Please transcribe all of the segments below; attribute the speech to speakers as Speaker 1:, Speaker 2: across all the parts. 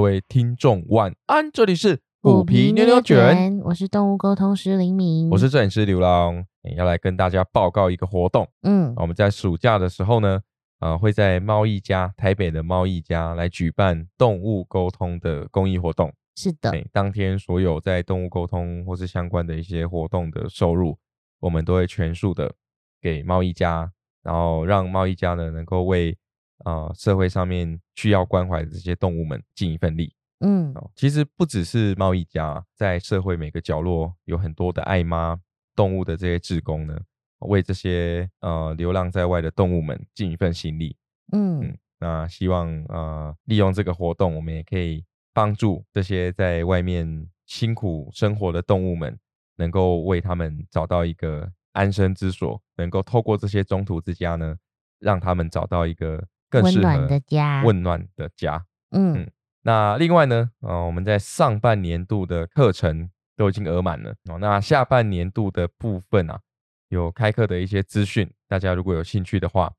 Speaker 1: 位听众晚安，这里是虎皮妞妞卷，，
Speaker 2: 我是动物沟通师林敏，
Speaker 1: 我是摄影师刘浪，诶要来跟大家报告一个活动。
Speaker 2: 嗯
Speaker 1: 我们在暑假的时候呢，呃，会在猫艺家台北的猫艺家来举办动物沟通的公益活动。
Speaker 2: 是的，
Speaker 1: 诶当天所有在动物沟通或是相关的一些活动的收入，我们都会全数的给贸易家，然后让贸易家呢能够为呃社会上面需要关怀的这些动物们尽一份力。
Speaker 2: 嗯
Speaker 1: 哦，其实不只是贸易家，在社会每个角落有很多的爱妈动物的这些志工呢，为这些呃流浪在外的动物们尽一份心力。
Speaker 2: 嗯
Speaker 1: 嗯，那希望呃，利用这个活动，我们也可以帮助这些在外面辛苦生活的动物们，能够为他们找到一个安身之所，能够透过这些中途之家呢，让他们找到一个更
Speaker 2: 温
Speaker 1: 适
Speaker 2: 暖
Speaker 1: 合
Speaker 2: 的家
Speaker 1: 温暖的家。
Speaker 2: 嗯
Speaker 1: 嗯那另外呢，呃，我们在上半年度的课程都已经额满了哦，那下半年度的部分啊，有开课的一些资讯，大家如果有兴趣的话，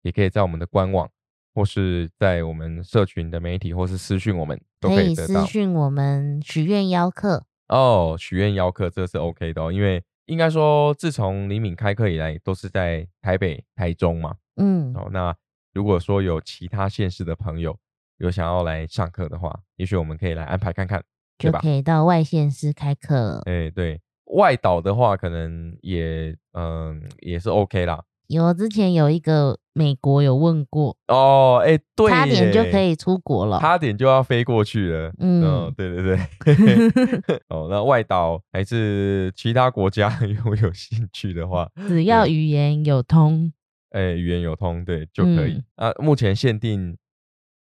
Speaker 1: 也可以在我们的官网或是在我们社群的媒体或是私讯我们都
Speaker 2: 可以
Speaker 1: 得
Speaker 2: 私
Speaker 1: 到
Speaker 2: 讯我们许愿邀客，
Speaker 1: 哦。许愿邀客这是 OK 的哦，因为应该说自从李敏开课以来，都是在台北、台中嘛，
Speaker 2: 嗯
Speaker 1: 哦，那如果说有其他县市的朋友有想要来上课的话，也许我们可以来安排看看，对
Speaker 2: 就
Speaker 1: 吧？
Speaker 2: 可以到外县市开课了，
Speaker 1: 哎，对，外岛的话可能也嗯、也是 OK 啦。
Speaker 2: 有之前有一个美国有问过，
Speaker 1: 哦，哎，对，
Speaker 2: 差点就可，以出国了，
Speaker 1: 差点就要飞过去了。嗯、
Speaker 2: 嗯
Speaker 1: 对对对。 哦，那外岛还是其他国家 如果有兴趣的话，
Speaker 2: 只要语言有通，
Speaker 1: 哎，语言有通，对就可以。啊，目前限定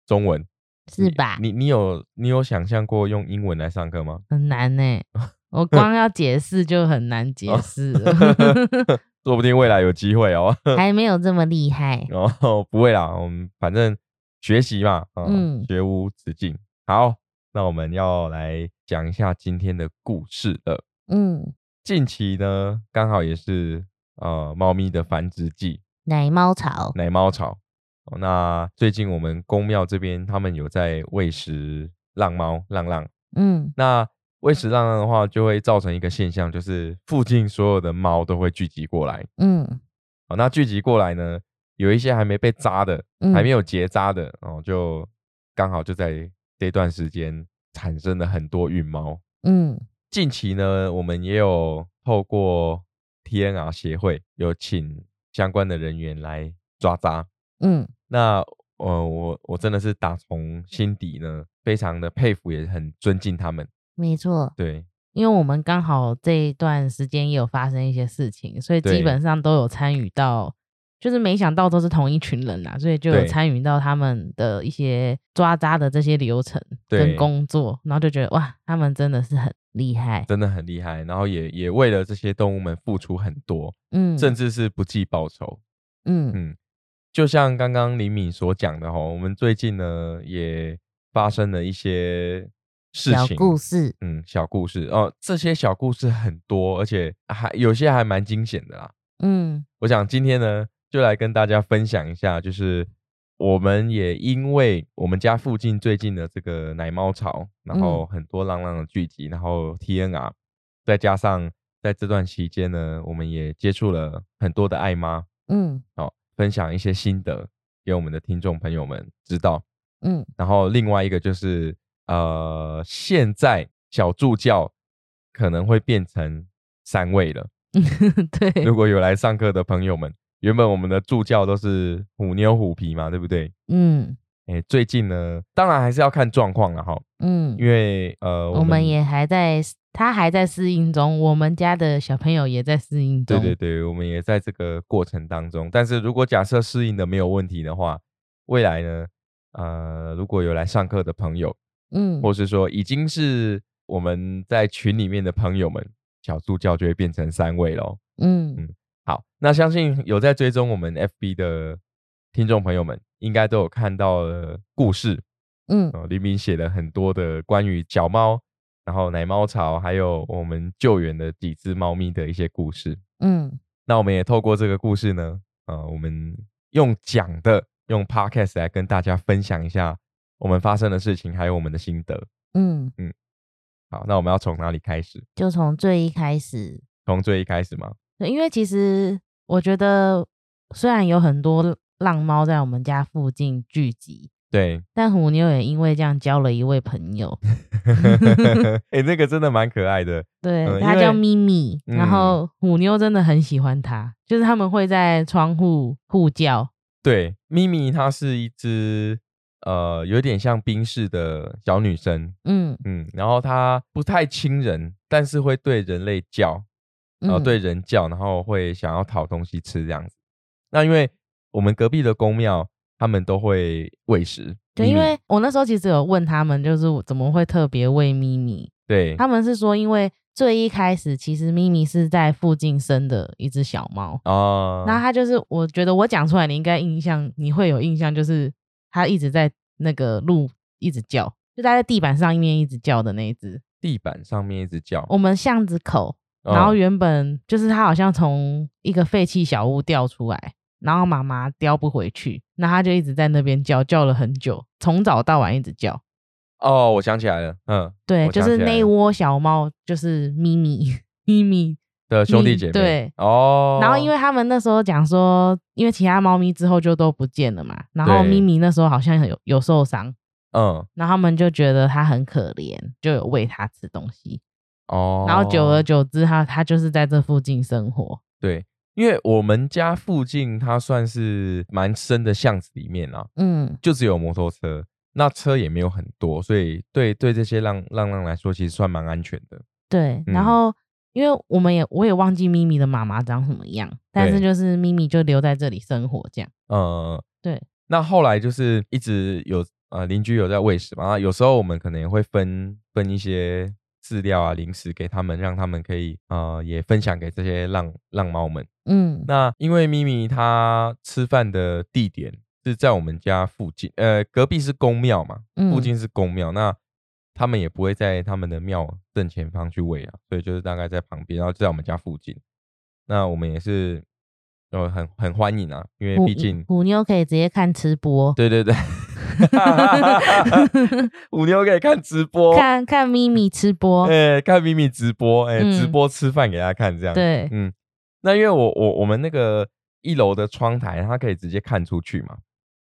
Speaker 1: 中文。
Speaker 2: 嗯是
Speaker 1: 你
Speaker 2: 吧？
Speaker 1: 你你有你有想象过用英文来上课吗？
Speaker 2: 很 难呢、我光要解释就很难解
Speaker 1: 哦
Speaker 2: 释了，
Speaker 1: 说不定未来有机会哦。
Speaker 2: 还没有这么厉害。
Speaker 1: 然后不会啦，我们反正学习嘛，嗯，
Speaker 2: 嗯
Speaker 1: 学无止境。好，那我们要来讲一下今天的故事了。
Speaker 2: 嗯，
Speaker 1: 近期呢，刚好也是呃猫咪的繁殖季，
Speaker 2: 奶猫潮，
Speaker 1: 奶猫潮。哦那最近我们公庙这边他们有在喂食浪猫浪浪，
Speaker 2: 嗯，
Speaker 1: 那喂食浪浪的话，就会造成一个现象，就是附近所有的猫都会聚集过来。
Speaker 2: 嗯
Speaker 1: 哦，那聚集过来呢，有一些还没被扎的，
Speaker 2: 嗯，
Speaker 1: 还没有结扎的，哦，就刚好就在这段时间产生了很多孕猫。
Speaker 2: 嗯
Speaker 1: 近期呢，我们也有透过 TNR 协会有请相关的人员来抓扎。
Speaker 2: 嗯
Speaker 1: 那呃，我我真的是打从心底呢，非常的佩服，也很尊敬他们。
Speaker 2: 没错，
Speaker 1: 对，
Speaker 2: 因为我们刚好这一段时间也有发生一些事情，所以
Speaker 1: 对
Speaker 2: 基本上都有参与到，就是没想到都是同一群人啦，所以就有
Speaker 1: 对
Speaker 2: 参与到他们的一些抓渣的这些流程
Speaker 1: 对
Speaker 2: 跟工作，然后就觉得哇，他们真的是很厉害，
Speaker 1: 真的很厉害，然后也也为了这些动物们付出很多，
Speaker 2: 嗯，
Speaker 1: 甚至是不计报酬。
Speaker 2: 嗯
Speaker 1: 嗯，就像刚刚李敏所讲的哈，我们最近呢也发生了一些事
Speaker 2: 小
Speaker 1: 情，
Speaker 2: 故事，
Speaker 1: 嗯，小故事哦，这些小故事很多，而且还有些还蛮惊险的啦。
Speaker 2: 嗯
Speaker 1: 我想今天呢，就来跟大家分享一下，就是我们也因为我们家附近最近的这个奶猫潮，
Speaker 2: 嗯
Speaker 1: 然后很多浪浪的聚集，然后 TNR，再加上在这段期间呢，我们也接触了很多的爱妈，
Speaker 2: 嗯
Speaker 1: 哦，分享一些心得给我们的听众朋友们知道。
Speaker 2: 嗯，
Speaker 1: 然后另外一个就是，呃，现在小助教可能会变成三位了。
Speaker 2: 对
Speaker 1: 如，果有来上课的朋友们，原本我们的助教都是虎妞虎皮嘛，对不对？
Speaker 2: 嗯
Speaker 1: 哎，最近呢，当然还是要看状况了哈，
Speaker 2: 嗯，
Speaker 1: 因为呃，
Speaker 2: 我们也还在，他还在适应中，我们家的小朋友也在适应
Speaker 1: 对
Speaker 2: 中，
Speaker 1: 对对，我们也在这个过程当中。但是如果假设适应的没有问题的话，未来呢，呃，如果有来上课的朋友，
Speaker 2: 嗯
Speaker 1: 或是说已经是我们在群里面的朋友们，小助教就会变成三位喽。
Speaker 2: 嗯
Speaker 1: 好，那相信有在追踪我们 FB 的听众朋友们，应该都有看到了故事。
Speaker 2: 嗯
Speaker 1: 呃，黎明写了很多的关于小猫，然后奶猫潮，还有我们救援的几只猫咪的一些故事。
Speaker 2: 嗯，
Speaker 1: 那我们也透过这个故事呢，呃，我们用讲的，用 podcast 来跟大家分享一下我们发生的事情，还有我们的心得。
Speaker 2: 嗯，
Speaker 1: 好，那我们要从哪里开始？
Speaker 2: 就从最一开始，
Speaker 1: 从最一开始吗？
Speaker 2: 对因为其实我觉得虽然有很多浪猫在我们家附近聚集，
Speaker 1: 对，
Speaker 2: 但虎妞也因为这样交了一位 朋友，
Speaker 1: 哎、那个真的蛮可爱的。
Speaker 2: 对，
Speaker 1: 嗯
Speaker 2: 他
Speaker 1: 因
Speaker 2: 叫
Speaker 1: 为
Speaker 2: 咪咪，然
Speaker 1: 嗯
Speaker 2: 后虎妞真的很喜欢他，就是他们会在窗户互叫，
Speaker 1: 对，咪咪它是一只呃，有点像冰室的小女生，
Speaker 2: 嗯，
Speaker 1: 嗯，然后它不太亲人，但是会对人类叫，然后
Speaker 2: 嗯
Speaker 1: 对人叫，然后会想要讨东西吃这样子。那因为我们隔壁的公庙，他们都会喂食咪
Speaker 2: 对，
Speaker 1: 咪，
Speaker 2: 因为我那时候其实有问他们，就是我怎么会特别喂咪咪，
Speaker 1: 对
Speaker 2: 他们是说因为最一开始其实咪咪是在附近生的一只小猫，
Speaker 1: 啊，
Speaker 2: 那它就是我觉得我讲出来你应该印象，你会有印象，就是它一直在那个路一直叫，就它在地板上面一直叫的那一只。
Speaker 1: 地板上面一直叫，
Speaker 2: 我们巷子口，哦然后
Speaker 1: 嗯
Speaker 2: 原本就是它好像从一个废弃小屋掉出来。然后妈妈叼不回去，那它就一直在那边叫，叫了很久，从早到晚一直叫。
Speaker 1: 哦，我想起来了，嗯，
Speaker 2: 对，
Speaker 1: 我
Speaker 2: 就
Speaker 1: 想
Speaker 2: 是
Speaker 1: 起来
Speaker 2: 那一
Speaker 1: 了
Speaker 2: 窝小猫，就是咪咪 咪咪。
Speaker 1: 的兄弟
Speaker 2: 咪
Speaker 1: 姐妹，
Speaker 2: 对
Speaker 1: 哦，
Speaker 2: 然后因为他们那时候讲说，因为其他猫咪之后就都不见了嘛，然后
Speaker 1: 对
Speaker 2: 咪咪那时候好像有有受伤，
Speaker 1: 嗯
Speaker 2: 然后他们就觉得它很可怜，就有喂它吃东西。
Speaker 1: 哦，
Speaker 2: 然后久而久之，它它就是在这附近生活。
Speaker 1: 对，因为我们家附近它算是蛮深的巷子里面啦，
Speaker 2: 嗯
Speaker 1: 就只有摩托车，那车也没有很多，所以对对这些浪浪浪来说，其实算蛮安全的。
Speaker 2: 对，
Speaker 1: 嗯
Speaker 2: 然后因为我们也我也忘记咪咪的妈妈长什么样，但是
Speaker 1: 对
Speaker 2: 就是咪咪就留在这里生活这样。
Speaker 1: 呃，
Speaker 2: 对。
Speaker 1: 那后来就是一直有呃邻居有在喂食嘛，那有时候我们可能也会分分一些饲料啊、零食给他们，让他们可以呃也分享给这些浪浪猫们。
Speaker 2: 嗯
Speaker 1: 那因为咪咪它吃饭的地点是在我们家附近，呃，隔壁是公庙嘛，
Speaker 2: 嗯
Speaker 1: 附近是公庙，那他们也不会在他们的庙正前方去喂啊，所以就是大概在旁边，然后就在我们家附近。那我们也是，呃，很很欢迎啊，因为
Speaker 2: 虎
Speaker 1: 毕竟，
Speaker 2: 虎妞可以直接看吃播，
Speaker 1: 对对对， 五 妞可以看直播，
Speaker 2: 看看咪咪吃播。
Speaker 1: 哎、看咪咪直播，哎、直
Speaker 2: 嗯
Speaker 1: 播吃饭给大家看这样，
Speaker 2: 对，
Speaker 1: 嗯，那因为我我我们那个一楼的窗台，它可以直接看出去嘛。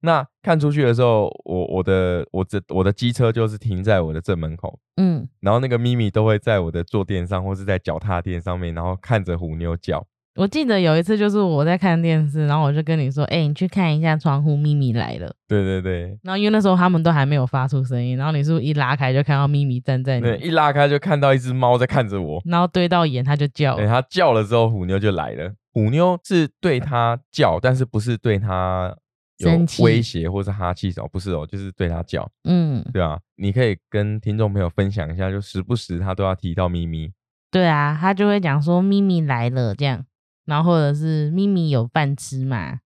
Speaker 1: 那看出去的时候，我我的我这我的机车就是停在我的正门口，
Speaker 2: 嗯
Speaker 1: 然后那个咪咪都会在我的坐垫上或是在脚踏垫上面，然后看着虎妞叫。
Speaker 2: 我记得有一次就是我在看电视，然后我就跟你说：“哎、你去看一下窗户，咪咪来了。
Speaker 1: 对对对”
Speaker 2: 然后因为那时候他们都还没有发出声音，然后你是不是一拉开就看到咪咪站在
Speaker 1: 对，
Speaker 2: 你，
Speaker 1: 一拉开就看到一只猫在看着 我，
Speaker 2: 然后对到眼它就叫
Speaker 1: 对
Speaker 2: 了。
Speaker 1: 它叫了之后，虎妞就来了。虎妞是对它叫，但是不是对它有
Speaker 2: 嗯生气
Speaker 1: 威胁或是哈气哦，不是哦，就是对它叫。
Speaker 2: 嗯，
Speaker 1: 对啊，你可以跟听众朋友分享一下，就时不时他都要提到咪咪。
Speaker 2: 对啊，他就会讲说咪咪来了这样，然后或者是咪咪有饭吃嘛。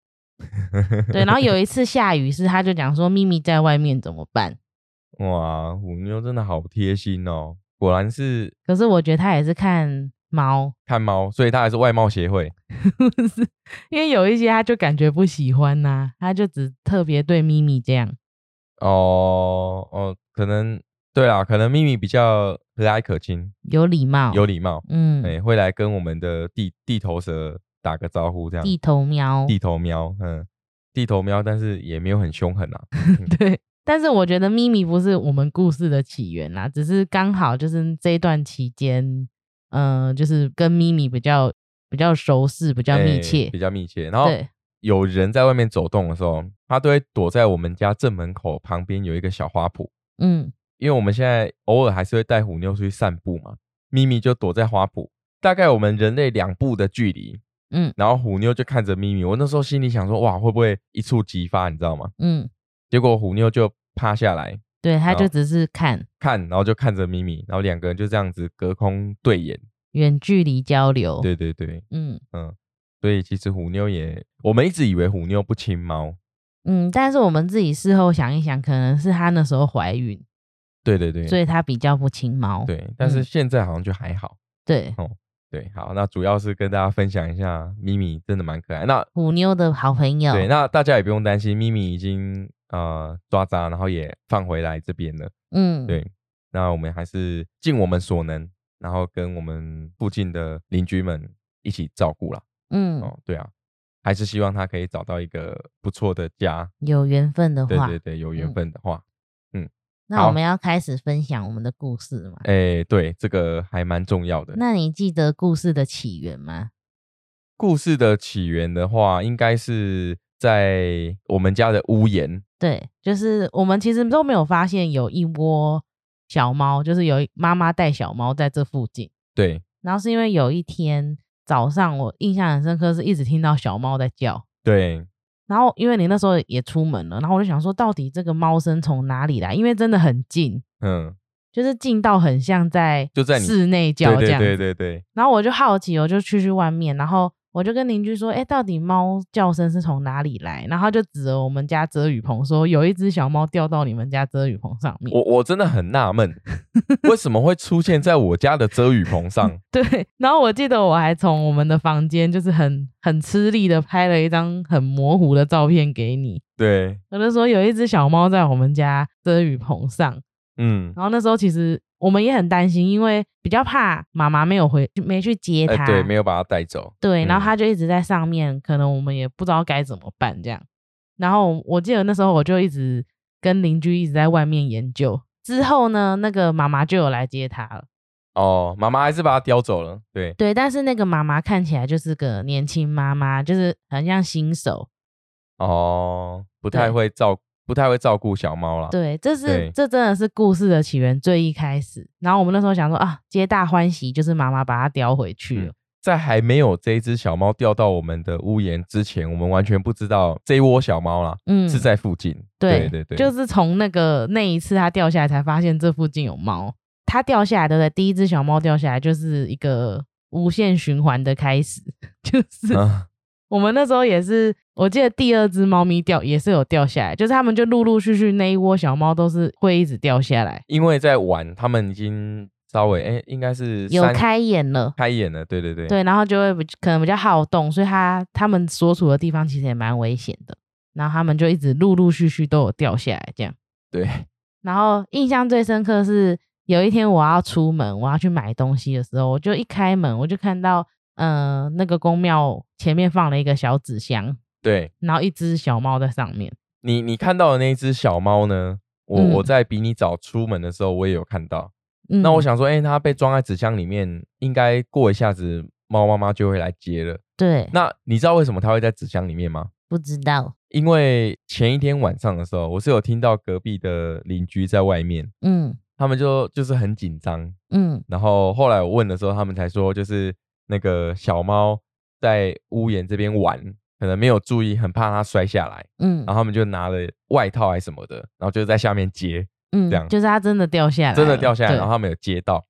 Speaker 2: 对，然后有一次下雨是他就讲说咪咪在外面怎么办？
Speaker 1: 哇，虎妞真的好贴心哦，果然是
Speaker 2: 可是我觉得他也是看猫，
Speaker 1: 看猫，所以他还是外貌协会。
Speaker 2: 是因为有一些他就感觉不喜欢呐、他就只特别对咪咪这样。
Speaker 1: 哦哦，可能对啦，可能咪咪比较和蔼可亲，
Speaker 2: 有礼貌，
Speaker 1: 有礼貌，
Speaker 2: 嗯，
Speaker 1: 哎、会来跟我们的地地头蛇打个招呼，这样
Speaker 2: 地头喵，
Speaker 1: 地头喵，嗯，地头喵，但是也没有很凶狠啊。
Speaker 2: 对。但是我觉得咪咪不是我们故事的起源啦，只是刚好就是这一段期间，嗯、就是跟咪咪比较比较熟识，比较密
Speaker 1: 哎
Speaker 2: 切，
Speaker 1: 比较密切。然后
Speaker 2: 对，
Speaker 1: 有人在外面走动的时候，他都会躲在我们家正门口旁边有一个小花圃，
Speaker 2: 嗯，
Speaker 1: 因为我们现在偶尔还是会带虎妞出去散步嘛，咪咪就躲在花圃，大概我们人类两步的距离，
Speaker 2: 嗯
Speaker 1: 然后虎妞就看着咪咪，我那时候心里想说，哇，会不会一触即发，你知道吗？
Speaker 2: 嗯，
Speaker 1: 结果虎妞就趴下来
Speaker 2: 对，他
Speaker 1: 然
Speaker 2: 就
Speaker 1: 后
Speaker 2: 只是看
Speaker 1: 看，然后就看着咪咪，然后两个人就这样子隔空对眼，
Speaker 2: 远距离交流，
Speaker 1: 对对对，
Speaker 2: 嗯
Speaker 1: 所以其实虎妞也，我们一直以为虎妞不亲猫，
Speaker 2: 嗯，但是我们自己事后想一想，可能是她那时候怀孕，
Speaker 1: 对对对，
Speaker 2: 所以她比较不亲猫，
Speaker 1: 对，但是
Speaker 2: 嗯
Speaker 1: 现在好像就还好。
Speaker 2: 对，
Speaker 1: 对，好，那主要是跟大家分享一下，咪咪真的蛮可爱。那
Speaker 2: 虎妞的好朋友，
Speaker 1: 对，那大家也不用担心，咪咪已经呃抓杂，然后也放回来这边了。
Speaker 2: 嗯，
Speaker 1: 对，那我们还是尽我们所能，然后跟我们附近的邻居们一起照顾啦。
Speaker 2: 嗯，
Speaker 1: 哦，对啊，还是希望他可以找到一个不错的家。
Speaker 2: 有缘分的
Speaker 1: 对
Speaker 2: 话，
Speaker 1: 对对，有缘
Speaker 2: 嗯
Speaker 1: 分的话，
Speaker 2: 那
Speaker 1: 好
Speaker 2: 我们要开始分享我们的故事嘛？
Speaker 1: 哎、对，这个还蛮重要的。
Speaker 2: 那你记得故事的起源吗？
Speaker 1: 故事的起源的话，应该是在我们家的屋檐。
Speaker 2: 对，就是我们其实都没有发现有一窝小猫，就是有一妈妈带小猫在这附近。
Speaker 1: 对，
Speaker 2: 然后是因为有一天早上，我印象很深刻，是一直听到小猫在叫。
Speaker 1: 对，
Speaker 2: 然后因为你那时候也出门了，然后我就想说，到底这个猫声从哪里来？因为真的很近，
Speaker 1: 嗯，
Speaker 2: 就是近到很像在
Speaker 1: 就在你
Speaker 2: 室内叫
Speaker 1: 对
Speaker 2: 这
Speaker 1: 对
Speaker 2: 样
Speaker 1: 对
Speaker 2: 子。
Speaker 1: 对对，
Speaker 2: 然后我就好奇，我就去去外面，然后我就跟邻居说：“哎，到底猫叫声是从哪里来？”然后他就指着我们家遮雨棚说：“有一只小猫掉到你们家遮雨棚上面。”
Speaker 1: 我我真的很纳 闷，为什么会出现在我家的遮雨棚上？
Speaker 2: 对，然后我记得我还从我们的房间就是很很吃力的拍了一张很模糊的照片给你，
Speaker 1: 对，
Speaker 2: 我就说有一只小猫在我们家遮雨棚上，
Speaker 1: 嗯，
Speaker 2: 然后那时候其实我们也很担心，因为比较怕妈妈没有回没去接
Speaker 1: 哎、
Speaker 2: 它，
Speaker 1: 对，没有把它带走。
Speaker 2: 对然后
Speaker 1: 嗯
Speaker 2: 它就一直在上面，可能我们也不知道该怎么办这样。然后我记得那时候我就一直跟邻居一直在外面研究，之后呢，那个妈妈就有来接它了。
Speaker 1: 哦，妈妈还是把它叼走了。对，
Speaker 2: 对，但是那个妈妈看起来就是个年轻妈妈，就是很像新手。
Speaker 1: 哦，不太
Speaker 2: 对
Speaker 1: 会照，不太会照顾小猫啦。
Speaker 2: 对，这
Speaker 1: 对
Speaker 2: 是这真的是故事的起源最一开始。然后我们那时候想说啊，皆大欢喜，就是妈妈把它叼回去了。
Speaker 1: 在还没有这一只小猫掉到我们的屋檐之前，我们完全不知道这一窝小猫啦、
Speaker 2: 嗯，
Speaker 1: 是在附近。
Speaker 2: 对
Speaker 1: 对对，
Speaker 2: 就是从那个那一次它掉下来才发现这附近有猫。它掉下来，对不对？第一只小猫掉下来就是一个无限循环的开始， 就是
Speaker 1: 啊，
Speaker 2: 我们那时候也是，我记得第二只猫咪掉也是有掉下来，就是它们就陆陆续续那一窝小猫都是会一直掉下来，
Speaker 1: 因为在玩，他们已经稍微哎、应该是
Speaker 2: 有
Speaker 1: 三
Speaker 2: 开眼了，
Speaker 1: 开眼了。对对对，
Speaker 2: 对，然后就会比可能比较好动，所以它它们所处的地方其实也蛮危险的，然后它们就一直陆陆续续都有掉下来这样。
Speaker 1: 对，
Speaker 2: 然后印象最深刻是有一天我要出门，我要去买东西的时候，我就一开门我就看到，嗯、那个公庙前面放了一个小纸箱，
Speaker 1: 对
Speaker 2: 然后一只小猫在上面。
Speaker 1: 你你看到的那一只小猫呢？我、
Speaker 2: 嗯
Speaker 1: 我在比你早出门的时候，我也有看到。
Speaker 2: 嗯
Speaker 1: 那我想说，哎、它被装在纸箱里面，应该过一下子，猫妈妈就会来接了。
Speaker 2: 对，
Speaker 1: 那你知道为什么它会在纸箱里面吗？
Speaker 2: 不知道，
Speaker 1: 因为前一天晚上的时候，我是有听到隔壁的邻居在外面，
Speaker 2: 嗯
Speaker 1: 他们就就是很紧张。
Speaker 2: 嗯
Speaker 1: 然后后来我问的时候，他们才说，就是那个小猫在屋檐这边玩，可能没有注意，很怕它摔下来，
Speaker 2: 嗯
Speaker 1: 然后他们就拿了外套还是什么的，然后就在下面接，
Speaker 2: 嗯，
Speaker 1: 这样
Speaker 2: 就是它真的掉下来了，
Speaker 1: 真的掉下来，
Speaker 2: 哎
Speaker 1: 哦
Speaker 2: 对
Speaker 1: 然后他们有接到，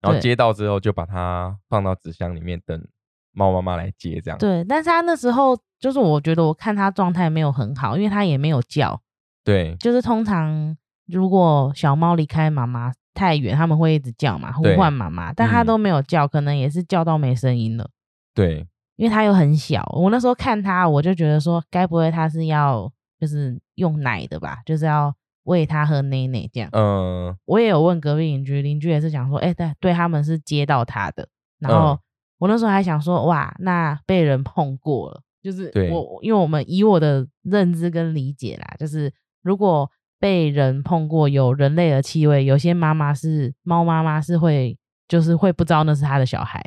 Speaker 1: 然后
Speaker 2: 对
Speaker 1: 接到之后就把它放到纸箱里面，等猫妈妈来接这样。
Speaker 2: 对，但是它那时候就是我觉得我看它状态没有很好，因为它也没有叫，
Speaker 1: 对
Speaker 2: 就是通常如果小猫离开妈妈太远，它们会一直叫嘛，呼
Speaker 1: 对
Speaker 2: 唤妈妈，但它
Speaker 1: 嗯
Speaker 2: 都没有叫，可能也是叫到没声音了。
Speaker 1: 对
Speaker 2: 因为它又很小，我那时候看它，我就觉得说，该不会它是要就是用奶的吧，就是要喂它喝奶奶这样。
Speaker 1: 嗯、
Speaker 2: 我也有问隔壁邻居，邻居也是讲说，哎、对，对他们是接到他的。然后、
Speaker 1: 嗯
Speaker 2: 我那时候还想说，哇，那被人碰过了，就是
Speaker 1: 对
Speaker 2: 我，因为我们以我的认知跟理解啦，就是如果被人碰过有人类的气味，有些妈妈是猫妈妈是会，就是会不知道那是她的小孩。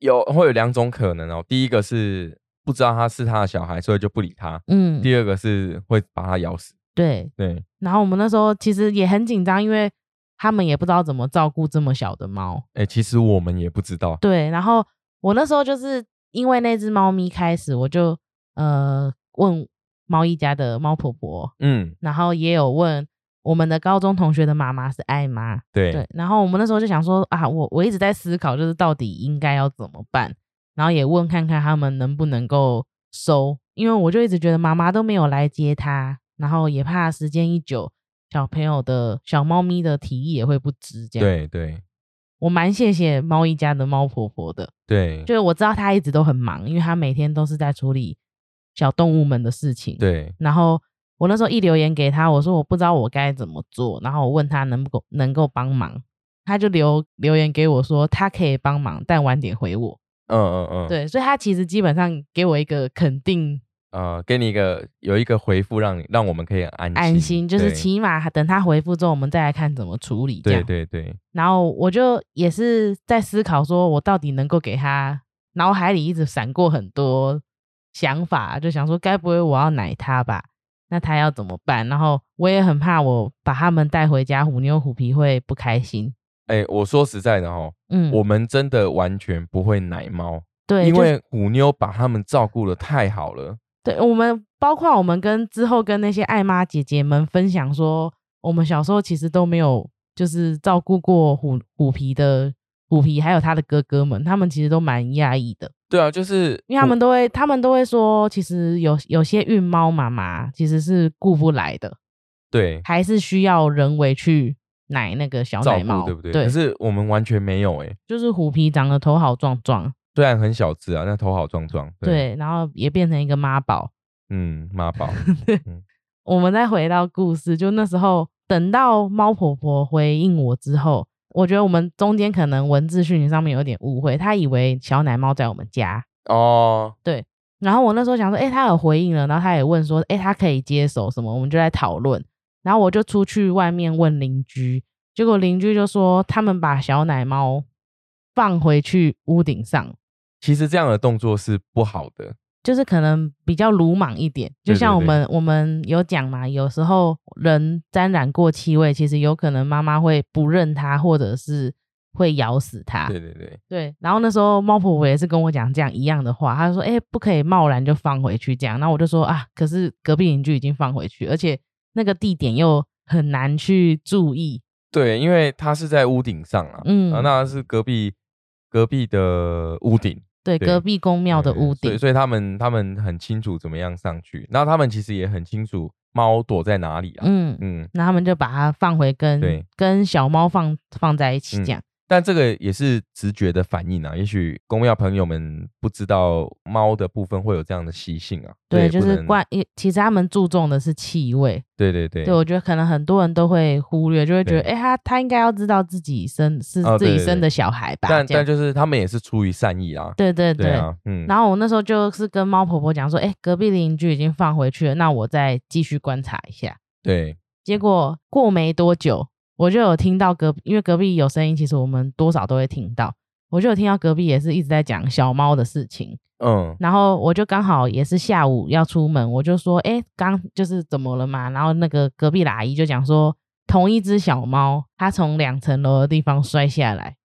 Speaker 1: 有会有两种可能哦。第一个是不知道他是他的小孩，所以就不理他；
Speaker 2: 嗯，
Speaker 1: 第二个是会把他咬死。
Speaker 2: 对。
Speaker 1: 对
Speaker 2: 然后我们那时候其实也很紧张，因为他们也不知道怎么照顾这么小的猫。
Speaker 1: 哎、其实我们也不知道。
Speaker 2: 对，然后我那时候就是因为那只猫咪开始，我就呃问猫一家的猫婆婆，
Speaker 1: 嗯，
Speaker 2: 然后也有问我们的高中同学的妈妈是艾妈，
Speaker 1: 对，
Speaker 2: 对，然后我们那时候就想说啊，我我一直在思考，就是到底应该要怎么办，然后也问看看他们能不能够收，因为我就一直觉得妈妈都没有来接它，然后也怕时间一久，小朋友的小猫咪的体力也会不支，这样。
Speaker 1: 对对
Speaker 2: 我蛮谢谢猫一家的猫婆婆的。
Speaker 1: 对
Speaker 2: 就是我知道他一直都很忙，因为他每天都是在处理小动物们的事情。。
Speaker 1: 对
Speaker 2: 然后我那时候一留言给他，我说我不知道我该怎么做，然后我问他能不能够帮忙，他就留留言给我说他可以帮忙，但晚点回我。
Speaker 1: 嗯嗯嗯，，
Speaker 2: 对，所以他其实基本上给我一个肯定
Speaker 1: 呃，给你一个有一个回复，让你让我们可以安心
Speaker 2: 安心，就是
Speaker 1: 对
Speaker 2: 起码等他回复之后，我们再来看怎么处理。这
Speaker 1: 对
Speaker 2: 样，
Speaker 1: 对对，
Speaker 2: 然后我就也是在思考，说我到底能够给他脑海里一直闪过很多想法，就想说该不会我要奶他吧？那他要怎么办？然后我也很怕我把他们带回家，虎妞虎皮会不开心。
Speaker 1: 哎，我说实在的哦，
Speaker 2: 嗯，
Speaker 1: 我们真的完全不会奶猫，
Speaker 2: 对，
Speaker 1: 因
Speaker 2: 就是
Speaker 1: 为虎妞把他们照顾的太好了。
Speaker 2: 对我们，包括我们跟之后跟那些爱妈姐姐们分享说，我们小时候其实都没有就是照顾过虎虎皮的虎皮，还有他的哥哥们，他们其实都蛮压抑的。
Speaker 1: 对啊，就是
Speaker 2: 因为他们都会，他们都会说，其实有有些孕猫妈妈其实是顾不来的，
Speaker 1: 对
Speaker 2: 还是需要人为去奶那个小
Speaker 1: 照
Speaker 2: 奶猫，
Speaker 1: 顾，对不对？
Speaker 2: 对
Speaker 1: 可，是我们完全没有哎、
Speaker 2: 就是虎皮长得头好壮壮，
Speaker 1: 虽然很小只啊，但头好壮壮。对，
Speaker 2: 对，然后也变成一个妈宝。
Speaker 1: 嗯，妈宝。
Speaker 2: 我们再回到故事，就那时候等到猫婆婆回应我之后，我觉得我们中间可能文字讯息上面有点误会，她以为小奶猫在我们家，
Speaker 1: 哦，
Speaker 2: 然后我那时候想说，哎、他有回应了，然后他也问说，哎、他可以接手什么？我们就在讨论。然后我就出去外面问邻居，结果邻居就说他们把小奶猫放回去屋顶上，
Speaker 1: 其实这样的动作是不好的。
Speaker 2: 就是可能比较鲁莽一点。就
Speaker 1: 对对
Speaker 2: 像我
Speaker 1: 对
Speaker 2: 们我们有讲嘛，有时候人沾染过气味，其实有可能妈妈会不认它，或者是会咬死它。
Speaker 1: 对对对，
Speaker 2: 对，然后那时候猫婆婆也是跟我讲这样一样的话，她说：“哎、不可以贸然就放回去这样。”然后我就说：“啊，可是隔壁邻居已经放回去，而且那个地点又很难去注意。
Speaker 1: 对，因为它是在屋顶上啊，
Speaker 2: 嗯
Speaker 1: 啊，那是隔壁隔壁的屋顶，
Speaker 2: 对，
Speaker 1: 对
Speaker 2: 隔壁公庙的
Speaker 1: 对
Speaker 2: 屋
Speaker 1: 所以
Speaker 2: 顶，
Speaker 1: 所以他们他们很清楚怎么样上去，那他们其实也很清楚猫躲在哪里啊。
Speaker 2: 嗯，
Speaker 1: 嗯，
Speaker 2: 然后他们就把它放回跟
Speaker 1: 对
Speaker 2: 跟小猫放放在一起
Speaker 1: 嗯
Speaker 2: 这样。
Speaker 1: 但这个也是直觉的反应啊，也许公庙朋友们不知道猫的部分会有这样的习性啊。所
Speaker 2: 对，就
Speaker 1: 以不
Speaker 2: 是
Speaker 1: 能
Speaker 2: 关，因其实他们注重的是气味。
Speaker 1: 对对对
Speaker 2: 对，我觉得可能很多人都会忽略，就会觉得，
Speaker 1: 对
Speaker 2: 哎、他他应该要知道自己生是
Speaker 1: 哦
Speaker 2: 自
Speaker 1: 对
Speaker 2: 己
Speaker 1: 对
Speaker 2: 生
Speaker 1: 对
Speaker 2: 的小孩吧？
Speaker 1: 但
Speaker 2: 这样
Speaker 1: 但就是他们也是出于善意啊。
Speaker 2: 对对
Speaker 1: 对啊，嗯，
Speaker 2: 然后我那时候就是跟猫婆婆讲说，哎，隔壁邻居已经放回去了，那我再继续观察一下。
Speaker 1: 对
Speaker 2: 结果过没多久，我就有听到隔，因为隔壁有声音，其实我们多少都会听到。我就有听到隔壁也是一直在讲小猫的事情，
Speaker 1: 嗯
Speaker 2: 然后我就刚好也是下午要出门，我就说，哎，刚就是怎么了嘛？然后那个隔壁的阿姨就讲说，同一只小猫，它从两层楼的地方摔下来，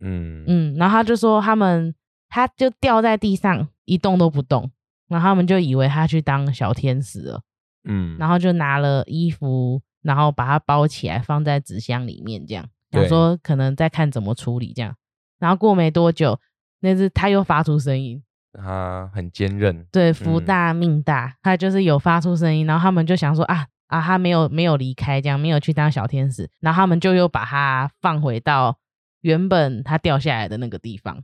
Speaker 1: 嗯嗯
Speaker 2: 嗯，然后他就说他们，他就掉在地上一动都不动，然后他们就以为他去当小天使了，
Speaker 1: 嗯，
Speaker 2: 然后就拿了衣服，然后把它包起来放在纸箱里面，这样想
Speaker 1: 对
Speaker 2: 说可能再看怎么处理这样。然后过没多久，那只它又发出声音，
Speaker 1: 它很坚韧。
Speaker 2: 对，福
Speaker 1: 嗯
Speaker 2: 大命大，它就是有发出声音，然后他们就想说啊啊，它没有没有离开，这样没有去当小天使，然后他们就又把它放回到原本它掉下来的那个地方。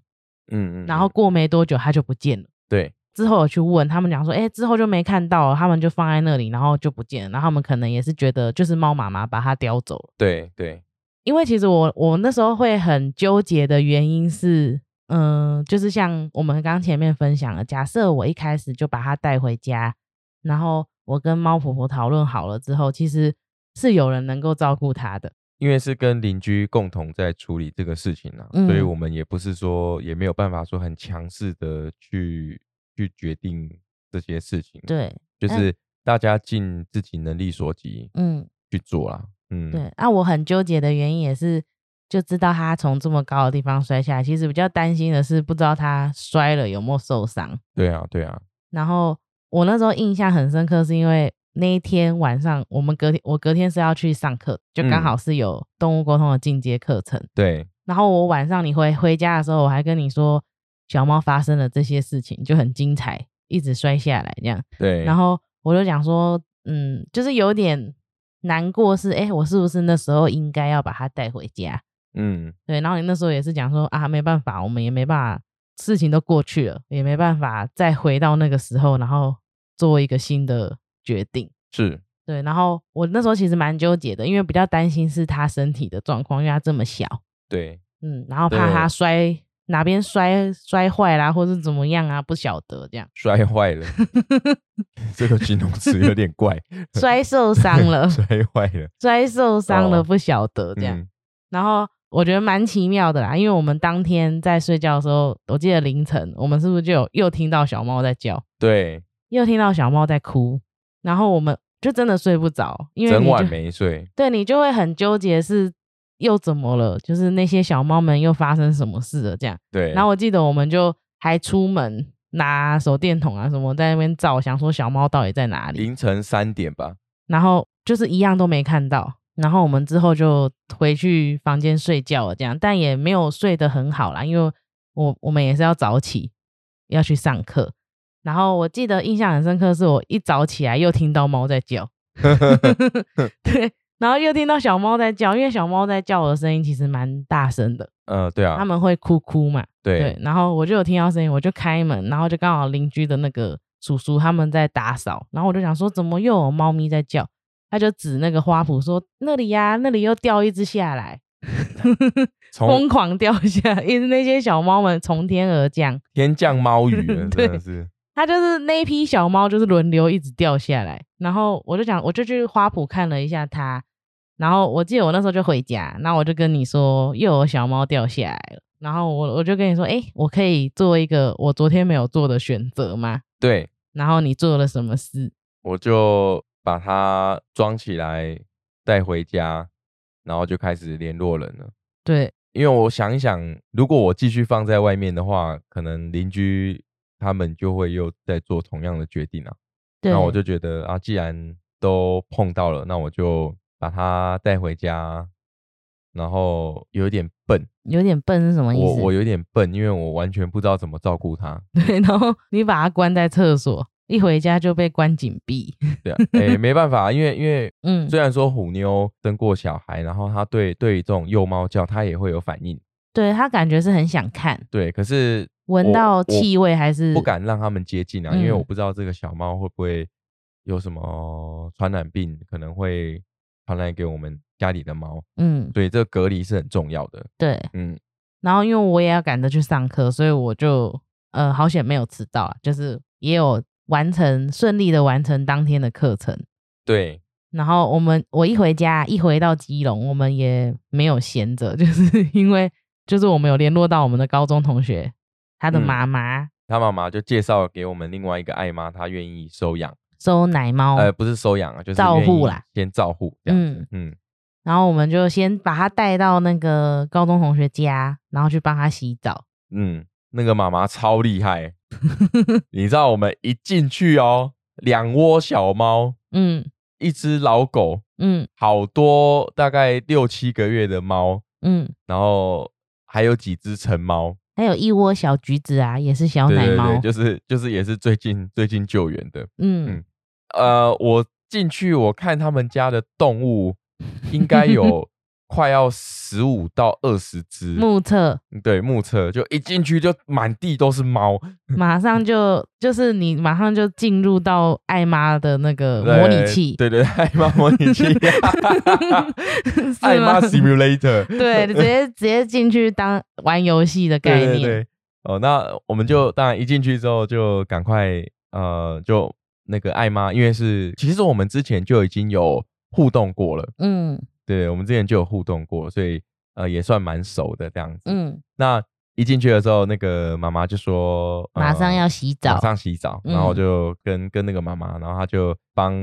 Speaker 1: 嗯嗯，
Speaker 2: 然后
Speaker 1: 嗯
Speaker 2: 过没多久它就不见了。
Speaker 1: 对
Speaker 2: 之后有去问他们讲说，哎、之后就没看到了，他们就放在那里，然后就不见了。然后他们可能也是觉得就是猫妈妈把它叼走了。
Speaker 1: 对对，
Speaker 2: 因为其实我我那时候会很纠结的原因是，嗯、就是像我们刚前面分享了，假设我一开始就把它带回家，然后我跟猫婆婆讨论好了之后，其实是有人能够照顾它的。
Speaker 1: 因为是跟邻居共同在处理这个事情啊，所以
Speaker 2: 嗯
Speaker 1: 我们也不是说也没有办法说很强势的去去决定这些事情，
Speaker 2: 对，
Speaker 1: 就
Speaker 2: 嗯
Speaker 1: 是大家尽自己能力所及
Speaker 2: 嗯，
Speaker 1: 去做啦。嗯，
Speaker 2: 对，那、我很纠结的原因也是，就知道他从这么高的地方摔下来，其实比较担心的是不知道他摔了有没有受伤。
Speaker 1: 对啊，对啊，
Speaker 2: 然后我那时候印象很深刻，是因为那一天晚上我们隔天我隔天是要去上课，就
Speaker 1: 嗯
Speaker 2: 刚好是有动物沟通的进阶课程。
Speaker 1: 对，
Speaker 2: 然后我晚上你回回家的时候，我还跟你说小猫发生了这些事情，就很精彩，一直摔下来这样。
Speaker 1: 对，
Speaker 2: 然后我就想说，嗯，就是有点难过是，哎，我是不是那时候应该要把它带回家？
Speaker 1: 嗯，
Speaker 2: 对，然后你那时候也是讲说啊，没办法，我们也没办法，事情都过去了，也没办法再回到那个时候，然后做一个新的决定。
Speaker 1: 是
Speaker 2: 对，然后我那时候其实蛮纠结的，因为比较担心是他身体的状况，因为他这么小，
Speaker 1: 对，
Speaker 2: 嗯，然后怕
Speaker 1: 对
Speaker 2: 他摔哪边摔摔坏啦，或是怎么样啊，不晓得这样
Speaker 1: 摔坏了，这个形容词有点怪，
Speaker 2: 摔受伤了，
Speaker 1: 摔坏了，
Speaker 2: 摔受伤
Speaker 1: 哦
Speaker 2: 了不晓得这样，
Speaker 1: 嗯
Speaker 2: 然后我觉得蛮奇妙的啦，因为我们当天在睡觉的时候，我记得凌晨我们是不是就有又听到小猫在叫，
Speaker 1: 对，
Speaker 2: 又听到小猫在哭，然后我们就真的睡不着，因为
Speaker 1: 整
Speaker 2: 你
Speaker 1: 晚
Speaker 2: 就
Speaker 1: 没睡，
Speaker 2: 对你就会很纠结是又怎么了，就是那些小猫们又发生什么事了这样。
Speaker 1: 对，
Speaker 2: 然后我记得我们就还出门拿手电筒啊什么在那边照，想说小猫到底在哪里，
Speaker 1: 凌晨三点 吧，
Speaker 2: 然后就是一样都没看到。然后我们之后就回去房间睡觉了，这样，但也没有睡得很好啦，因为我我们也是要早起要去上课。然后我记得印象很深刻，是我一早起来又听到猫在叫， 对，然后又听到小猫在叫，因为小猫在叫的声音其实蛮大声的，
Speaker 1: 呃，对啊
Speaker 2: 它，们会哭哭嘛，
Speaker 1: 对
Speaker 2: 对，然后我就有听到声音，我就开门，然后就刚好邻居的那个叔叔他们在打扫，然后我就想说怎么又有猫咪在叫，他就指那个花圃说那里呀、那里又掉一只下来，
Speaker 1: 从哦
Speaker 2: 疯狂掉下来，因为那些小猫们从天而降，
Speaker 1: 天降猫雨 了，
Speaker 2: 对
Speaker 1: 真的是，
Speaker 2: 它就是那一批小猫就是轮流一直掉下来，然后我就想我就去花圃看了一下它，然后我记得我那时候就回家，那我就跟你说又有小猫掉下来了。然后我我就跟你说，哎、我可以做一个我昨天没有做的选择吗？
Speaker 1: 对，
Speaker 2: 然后你做了什么事？
Speaker 1: 我就把它装起来带回家，然后就开始联络人了。
Speaker 2: 对
Speaker 1: 因为我想一想，如果我继续放在外面的话，可能邻居他们就会又在做同样的决定啊。
Speaker 2: 对，
Speaker 1: 那我就觉得啊，既然都碰到了，那我就把它带回家。然后有一点笨，
Speaker 2: 有点笨是什么意
Speaker 1: 我
Speaker 2: 思？
Speaker 1: 我有点笨，因为我完全不知道怎么照顾它。
Speaker 2: 对，然后你把它关在厕所，一回家就被关紧闭。
Speaker 1: 对啊，诶，没办法，因为因为
Speaker 2: 嗯，
Speaker 1: 虽然说虎妞生过小孩，然后它对对这种幼猫叫，它也会有反应，
Speaker 2: 对，它感觉是很想看，
Speaker 1: 对，可是
Speaker 2: 闻
Speaker 1: 我
Speaker 2: 到
Speaker 1: 我
Speaker 2: 气味还是
Speaker 1: 不敢让它们接近啊，因为
Speaker 2: 嗯
Speaker 1: 我不知道这个小猫会不会有什么传染病，可能会传染给我们家里的猫，
Speaker 2: 嗯，
Speaker 1: 所以这个隔离是很重要的。
Speaker 2: 对。
Speaker 1: 嗯，
Speaker 2: 然后因为我也要赶着去上课，所以我就呃好险没有迟到啊，就是也有完成顺利的完成当天的课程。
Speaker 1: 对，
Speaker 2: 然后我们我一回家，一回到基隆，我们也没有闲着， 就是因为就是我们有联络到我们的高中同学，他的
Speaker 1: 嗯
Speaker 2: 妈妈
Speaker 1: 它妈妈就介绍给我们另外一个爱妈，她愿意收养，
Speaker 2: 收奶猫，
Speaker 1: 呃，不是收养啊，就是
Speaker 2: 哦照
Speaker 1: 愿
Speaker 2: 护
Speaker 1: 意
Speaker 2: 啦
Speaker 1: 先照护这样子。
Speaker 2: 嗯，
Speaker 1: 嗯，
Speaker 2: 然后我们就先把他带到那个高中同学家，然后去帮他洗澡，
Speaker 1: 嗯，那个妈妈超厉害， 你知道我们一进去哦，两窝小猫，
Speaker 2: 嗯
Speaker 1: 一只老狗，
Speaker 2: 嗯
Speaker 1: 好多大概六七个月的猫，
Speaker 2: 嗯，
Speaker 1: 然后还有几只成猫，
Speaker 2: 还有一窝小橘子啊，也是小
Speaker 1: 对
Speaker 2: 奶
Speaker 1: 对
Speaker 2: 猫，
Speaker 1: 对，就是就是也是最近最近救援的。
Speaker 2: 嗯
Speaker 1: 嗯呃，我进去我看他们家的动物应该 有快要十五到二十只，嗯
Speaker 2: 目测
Speaker 1: 对目测就一进去就满地都是猫，
Speaker 2: 马上就就是你马上就进入到艾妈的那个
Speaker 1: 对
Speaker 2: 呃模拟器，
Speaker 1: 对 对，对爱妈模拟 器，爱
Speaker 2: 是吗
Speaker 1: 妈？simulator，
Speaker 2: 对，直 接直接进去当玩游戏的 概
Speaker 1: 对
Speaker 2: 念。嗯
Speaker 1: 对对。哦，那我们就当然一进去之后就赶快呃，就那个爱妈，因为是其实我们之前就已经有互动过了，
Speaker 2: 嗯
Speaker 1: 对，我们之前就有互动过，所以呃也算蛮熟的这样子。
Speaker 2: 嗯，
Speaker 1: 那一进去的时候，那个妈妈就说、呃
Speaker 2: 马上要洗澡嗯
Speaker 1: 马。上洗澡，然后我就跟、跟那个妈妈，然后她就帮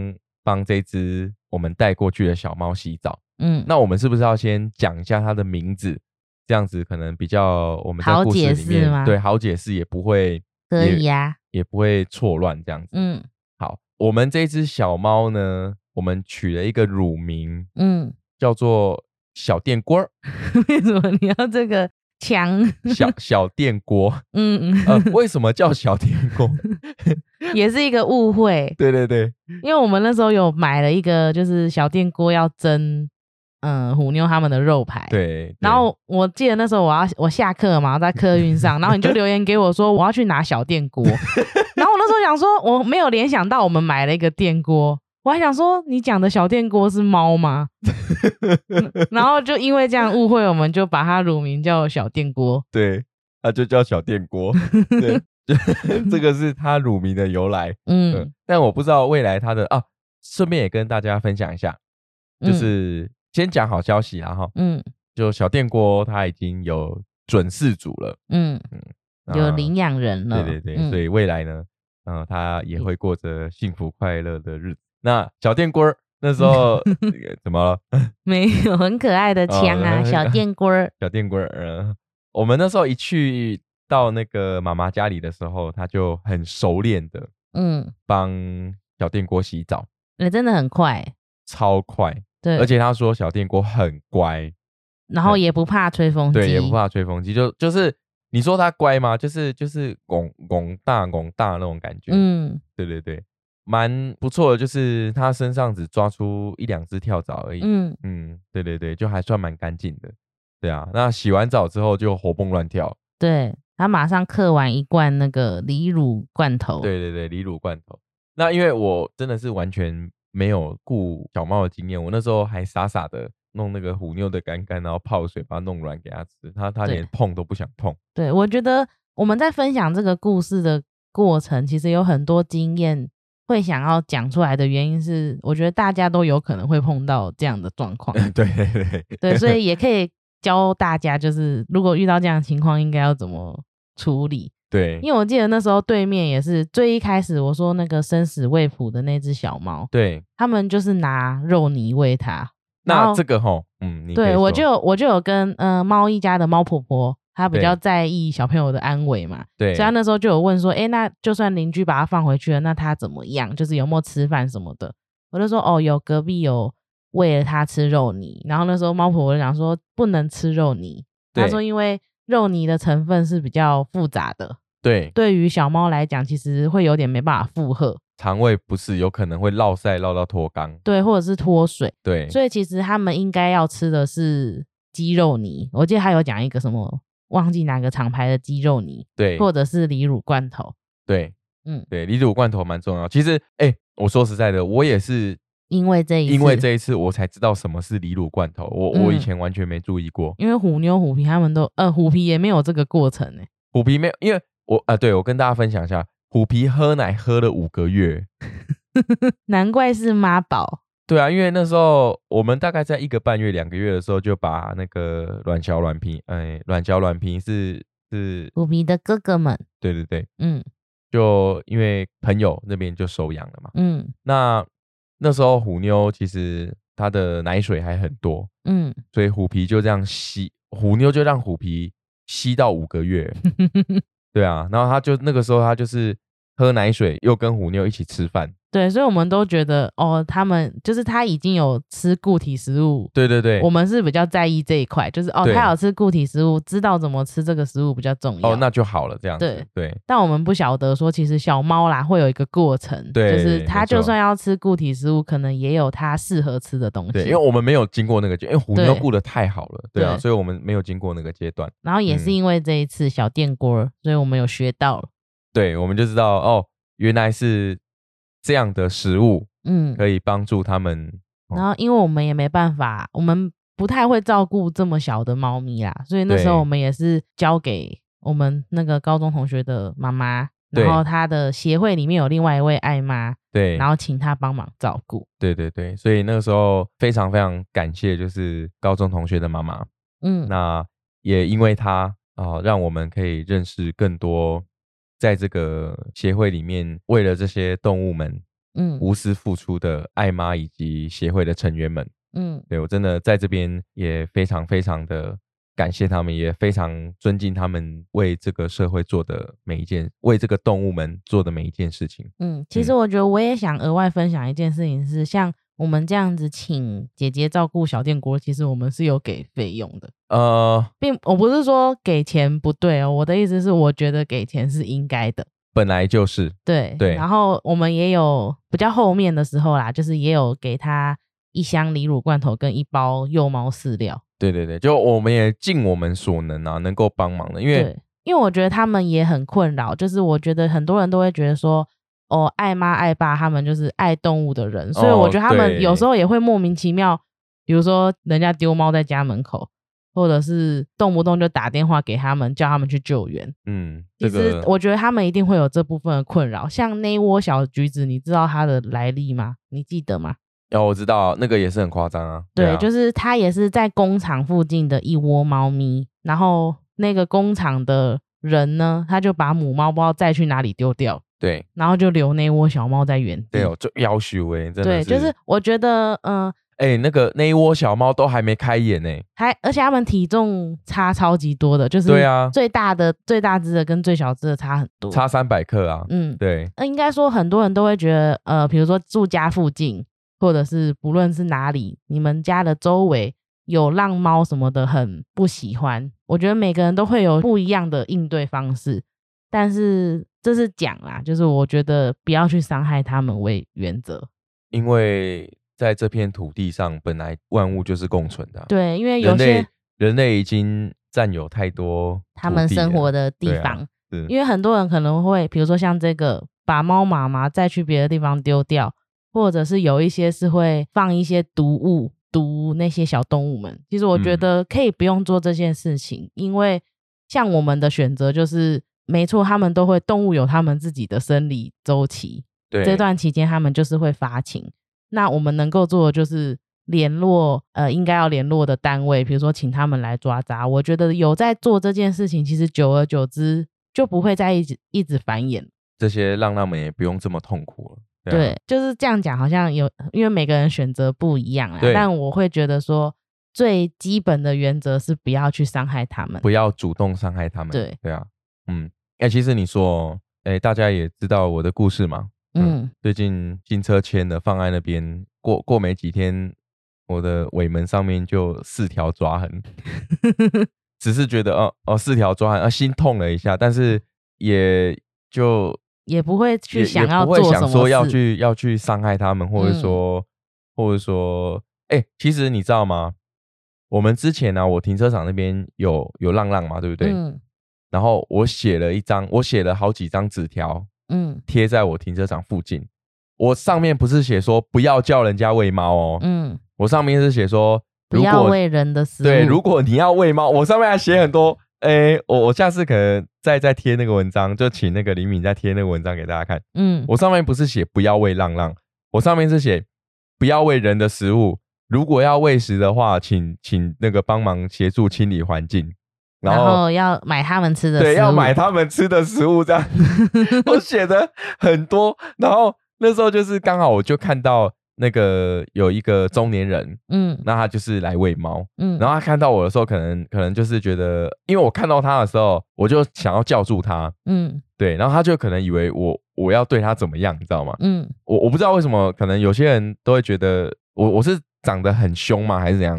Speaker 1: 帮这只我们带过去的小猫洗澡。
Speaker 2: 嗯，
Speaker 1: 那我们是不是要先讲一下它的名字？这样子可能比较我们在
Speaker 2: 好
Speaker 1: 故事
Speaker 2: 解
Speaker 1: 里
Speaker 2: 释
Speaker 1: 面
Speaker 2: 吗
Speaker 1: 对好解释，也不会
Speaker 2: 可以
Speaker 1: 也
Speaker 2: 呀、
Speaker 1: 也不会错乱这样子。
Speaker 2: 嗯
Speaker 1: 好，我们这只小猫呢，我们取了一个乳名
Speaker 2: 嗯，
Speaker 1: 叫做小电锅儿，
Speaker 2: 为什么你要这个强？
Speaker 1: 小小电锅。
Speaker 2: 嗯
Speaker 1: 呃
Speaker 2: 嗯，，
Speaker 1: 为什么叫小电锅？
Speaker 2: 也是一个误会，
Speaker 1: 对对对，
Speaker 2: 因为我们那时候有买了一个，就是小电锅要蒸，嗯，虎妞他们的肉排。
Speaker 1: 对，对
Speaker 2: 然后我记得那时候我要我下课嘛，我在客运上，然后你就留言给我说我 要去拿小电锅，然后我那时候想说我没有联想到我们买了一个电锅，我我还想说你讲的小电锅是猫吗？ 然后就因为这样误会，我们就把它乳名叫小电锅。
Speaker 1: 对，它就叫小电锅。对， 这个是它乳名的由来。嗯
Speaker 2: 嗯，，
Speaker 1: 但我不知道未来它的啊，顺便也跟大家分享一下，就
Speaker 2: 嗯
Speaker 1: 是先讲好消息啊哈，
Speaker 2: 嗯
Speaker 1: 就小电锅它已经有准四组了，
Speaker 2: 嗯，有
Speaker 1: 那
Speaker 2: 领养人了。
Speaker 1: 啊对对对，
Speaker 2: 嗯
Speaker 1: 所以未来呢，嗯、他也会过着幸福快乐的日子。那小电锅儿那
Speaker 2: 嗯
Speaker 1: 时候 呃怎么了？
Speaker 2: 没有很可爱的枪啊，
Speaker 1: 哦
Speaker 2: 小电锅儿。
Speaker 1: 小电锅儿，呃，我们那时候一去到那个妈妈家里的时候，他就很熟练的
Speaker 2: 嗯，
Speaker 1: 帮小电锅洗澡，
Speaker 2: 那真的很快。
Speaker 1: 超快，
Speaker 2: 对，
Speaker 1: 而且他说小电锅很乖，
Speaker 2: 然后也不怕吹风机，嗯
Speaker 1: 对，也不。怕吹风机，就就是你说他乖吗？就是就是拱拱大拱大那种感觉，
Speaker 2: 嗯
Speaker 1: 对对对，蛮不错的，就是他身上只抓出一两只跳蚤而已。嗯
Speaker 2: 嗯，
Speaker 1: 对对对，就还算蛮干净的。对啊，那洗完澡之后就活蹦乱跳。
Speaker 2: 对，他马上嗑完一罐那个梨乳罐头。，
Speaker 1: 对对对，离乳罐头。那因为我真的是完全没有顾小猫的经验，我那时候还傻傻的弄那个虎妞的干干，然后泡水把它弄软给它吃，它它
Speaker 2: 对
Speaker 1: 连碰都不想碰。
Speaker 2: 对我觉得我们在分享这个故事的过程，其实有很多经验会想要讲出来的原因是，我觉得大家都有可能会碰到这样的状 况。
Speaker 1: 对对对，
Speaker 2: 对，所以也可以教大家，就是如果遇到这样的情况，应该要怎么处理。
Speaker 1: 对
Speaker 2: 因为我记得那时候对面也是最一开始我说那个生死未卜的那只小猫，
Speaker 1: 对。
Speaker 2: 他们就是拿肉泥喂它。然
Speaker 1: 那
Speaker 2: 后
Speaker 1: 这个吼，嗯，你可以
Speaker 2: 对我
Speaker 1: 说
Speaker 2: 就有我就有跟呃猫一家的猫婆婆，她比
Speaker 1: 对
Speaker 2: 较在意小朋友的安危嘛，
Speaker 1: 对
Speaker 2: 所以她那时候就有问说，诶，那就算邻居把它放回去了，那它怎么样？就是有没有吃饭什么的？我就说哦，有隔壁有喂了它吃肉泥，然后那时候猫婆婆就讲说不能吃肉泥，她
Speaker 1: 对
Speaker 2: 说因为肉泥的成分是比较复杂的，
Speaker 1: 对
Speaker 2: 对于小猫来讲，其实会有点没办法负荷，
Speaker 1: 肠胃不适，有可能会落塞落到脱肛。
Speaker 2: 对，或者是脱水，
Speaker 1: 对，
Speaker 2: 所以其实他们应该要吃的是鸡肉泥。我记得他有讲一个什么，忘记哪个厂牌的鸡肉泥，
Speaker 1: 对
Speaker 2: 或者是梨乳罐头。
Speaker 1: 对，
Speaker 2: 嗯
Speaker 1: 对，离乳罐头蛮重要。其实，哎、我说实在的，我也是
Speaker 2: 因为这一次，
Speaker 1: 因为这一次我才知道什么是离乳罐头，我、我以
Speaker 2: 嗯
Speaker 1: 前完全没注意过。
Speaker 2: 因为虎妞虎皮他们都呃虎皮也没有这个过程欸呢、
Speaker 1: 虎皮没有，因为我啊、对我跟大家分享一下，虎皮喝奶喝了五个月。
Speaker 2: 难怪是妈宝。
Speaker 1: 对啊，因为那时候我们大概在一个半月、两个月的时候，就把那个卵巢卵瓶，哎、卵巢卵瓶是是，
Speaker 2: 虎皮的哥哥们，
Speaker 1: 对对对，
Speaker 2: 嗯
Speaker 1: 就因为朋友那边就收养了嘛。
Speaker 2: 嗯
Speaker 1: 那那时候虎妞其实它的奶水还很多，
Speaker 2: 嗯，
Speaker 1: 所以虎皮就这样吸，虎妞就让虎皮吸到五个月。对啊，然后他就那个时候他就是喝奶水，又跟虎妞一起吃饭。
Speaker 2: 对，所以我们都觉得哦，他们就是他已经有吃固体食物。
Speaker 1: 对对对
Speaker 2: 我，们是比较在意这一块，就是哦，
Speaker 1: 对
Speaker 2: 他有吃固体食物，知道怎么吃这个食物比较重要。
Speaker 1: 哦，那就好了，这样子。对
Speaker 2: 但我们不晓得说，其实小猫啦会有一个过程，
Speaker 1: 对
Speaker 2: 就是它
Speaker 1: 没错
Speaker 2: 就算要吃固体食物，可能也有它适合吃的东西。
Speaker 1: 对因为我们没有经过那个阶，因为虎妞
Speaker 2: 对
Speaker 1: 顾得太好了，对啊，
Speaker 2: 对
Speaker 1: 所以我们没有经过那个阶段。
Speaker 2: 然后也
Speaker 1: 嗯
Speaker 2: 是因为这一次小电锅儿，所以我们有学到了，
Speaker 1: 对，我们就知道哦，原来是这样的食物
Speaker 2: 嗯。
Speaker 1: 可以帮助他们。哦
Speaker 2: 然后因为我们也没办法，我们不太会照顾这么小的猫咪啦，所以那时候
Speaker 1: 对
Speaker 2: 我们也是交给我们那个高中同学的妈妈，
Speaker 1: 对
Speaker 2: 然后她的协会里面有另外一位爱妈，
Speaker 1: 对，
Speaker 2: 然后请她帮忙照顾。
Speaker 1: 对对对，所以那个时候非常非常感谢，就是高中同学的妈妈。
Speaker 2: 嗯，
Speaker 1: 那也因为他啊、让我们可以认识更多在这个协会里面为了这些动物们
Speaker 2: 嗯
Speaker 1: 无私付出的爱妈以及协会的成员们。
Speaker 2: 嗯
Speaker 1: 对我真的在这边也非常非常的感谢他们，也非常尊敬他们为这个社会做的每一件，为这个动物们做的每一件事情。
Speaker 2: 嗯，其
Speaker 1: 嗯
Speaker 2: 实我觉得我也想额外分享一件事情是，像我们这样子请姐姐照顾小电锅，其实我们是有给费用的，
Speaker 1: 呃，
Speaker 2: 并我不是说给钱不对哦，我的意思是我觉得给钱是应该的，
Speaker 1: 本来就是
Speaker 2: 对
Speaker 1: 对
Speaker 2: 然后我们也有比较后面的时候啦，就是也有给她一箱梨乳罐头跟一包幼猫饲料，
Speaker 1: 对对对，就我们也尽我们所能啊，能够帮忙的，因为
Speaker 2: 对，因为我觉得他们也很困扰，就是我觉得很多人都会觉得说，哦爱妈爱爸他们就是爱动物的人，所以我
Speaker 1: 哦
Speaker 2: 觉得他们有
Speaker 1: 对
Speaker 2: 时候也会莫名其妙，比如说人家丢猫在家门口，或者是动不动就打电话给他们叫他们去救援。
Speaker 1: 嗯，
Speaker 2: 其
Speaker 1: 这个
Speaker 2: 实我觉得他们一定会有这部分的困扰，像那一窝小橘子，你知道它的来历吗？你记得吗？
Speaker 1: 哦，我知道那个也是很夸张啊。
Speaker 2: 对，
Speaker 1: 啊
Speaker 2: 就是它也是在工厂附近的一窝猫咪，然后那个工厂的人呢，他就把母猫不知道再去哪里丢掉，
Speaker 1: 对
Speaker 2: 然后就留那窝小猫在原地。
Speaker 1: 对哦，就要求哎，真
Speaker 2: 嗯对
Speaker 1: 的
Speaker 2: 就是我觉得，嗯、
Speaker 1: 哎，那个那一窝小猫都还没开眼欸呢。
Speaker 2: 还而且他们体重差超级多的，就是
Speaker 1: 对啊
Speaker 2: 最大的最大只的跟最小只的差很多。
Speaker 1: 差三百克啊。
Speaker 2: 嗯，
Speaker 1: 对，
Speaker 2: 那应该说很多人都会觉得，呃，比如说住家附近，或者是不论是哪里，你们家的周围有浪猫什么的，很不喜欢。我觉得每个人都会有不一样的应对方式，但是这是讲啦，就是我觉得不要去伤害他们为原则。
Speaker 1: 因为在这片土地上，本来万物就是共存的啊、
Speaker 2: 对，因为有
Speaker 1: 人类
Speaker 2: 些
Speaker 1: 人类已经占有太多
Speaker 2: 他们
Speaker 1: 土地了
Speaker 2: 生活的地
Speaker 1: 对啊
Speaker 2: 方，
Speaker 1: 是
Speaker 2: 因为很多人可能会，比如说像这个，把猫妈妈再去别的地方丢掉，或者是有一些是会放一些毒物毒那些小动物们。其实我觉
Speaker 1: 嗯
Speaker 2: 得可以不用做这件事情，因为像我们的选择就是，没错，他们都会动物有他们自己的生理周期，
Speaker 1: 对
Speaker 2: 这段期间他们就是会发情。那我们能够做的就是联络呃应该要联络的单位，比如说请他们来抓杂。我觉得有在做这件事情，其实久而久之就不会再一直一直繁衍。
Speaker 1: 这些让他们也不用这么痛苦了。啊
Speaker 2: 对，就是这样讲，好像有因为每个人选择不一样啊，
Speaker 1: 对
Speaker 2: 但我会觉得说最基本的原则是不要去伤害他们。
Speaker 1: 不要主动伤害他们。
Speaker 2: 对
Speaker 1: 对啊，嗯，哎、其实你说哦，哎、大家也知道我的故事嘛。嗯
Speaker 2: 嗯，
Speaker 1: 最近新车签了，放在那边，过过没几天，我的尾门上面就四条抓 痕，只是觉得哦哦四条抓痕，啊心痛了一下，但是也就
Speaker 2: 也不会
Speaker 1: 也
Speaker 2: 去想
Speaker 1: 也
Speaker 2: 要
Speaker 1: 不
Speaker 2: 做
Speaker 1: 会
Speaker 2: 什
Speaker 1: 想
Speaker 2: 么事。
Speaker 1: 说要去要去伤害他们，或者
Speaker 2: 嗯
Speaker 1: 说、或者说，哎、其实你知道吗？我们之前呢、啊我停车场那边有有浪浪嘛，对不对？
Speaker 2: 嗯
Speaker 1: 然后我写了一张，我写了好几张纸条
Speaker 2: 嗯
Speaker 1: 贴在我停车场附近。我上面不是写说不要叫人家喂猫哦，
Speaker 2: 嗯，
Speaker 1: 我上面是写说
Speaker 2: 不
Speaker 1: 如
Speaker 2: 要
Speaker 1: 果
Speaker 2: 喂人的食物。
Speaker 1: 对，如果你要喂猫，我上面还写很多。哎、我我下次可能再再贴那个文章，就请那个李敏再贴那个文章给大家看。
Speaker 2: 嗯
Speaker 1: 我上面不是写不要喂浪浪，我上面是写不要喂人的食物。如果要喂食的话，请请那个帮忙协助清理环境，然
Speaker 2: 然
Speaker 1: 后
Speaker 2: 后要买他们吃的食物，
Speaker 1: 对要买他们吃的食物这样。 我写的很多，然后那时候就是刚好我就看到那个有一个中年人，
Speaker 2: 嗯
Speaker 1: 那他就是来喂猫，
Speaker 2: 嗯，
Speaker 1: 然后他看到我的时候，可能可能就是觉得，因为我看到他的时候，我就想要叫住他，
Speaker 2: 嗯
Speaker 1: 对，然后他就可能以为我我要对他怎么样，你知道吗？
Speaker 2: 嗯，
Speaker 1: 我我不知道为什么，可能有些人都会觉得我我是长得很凶吗，还是怎样？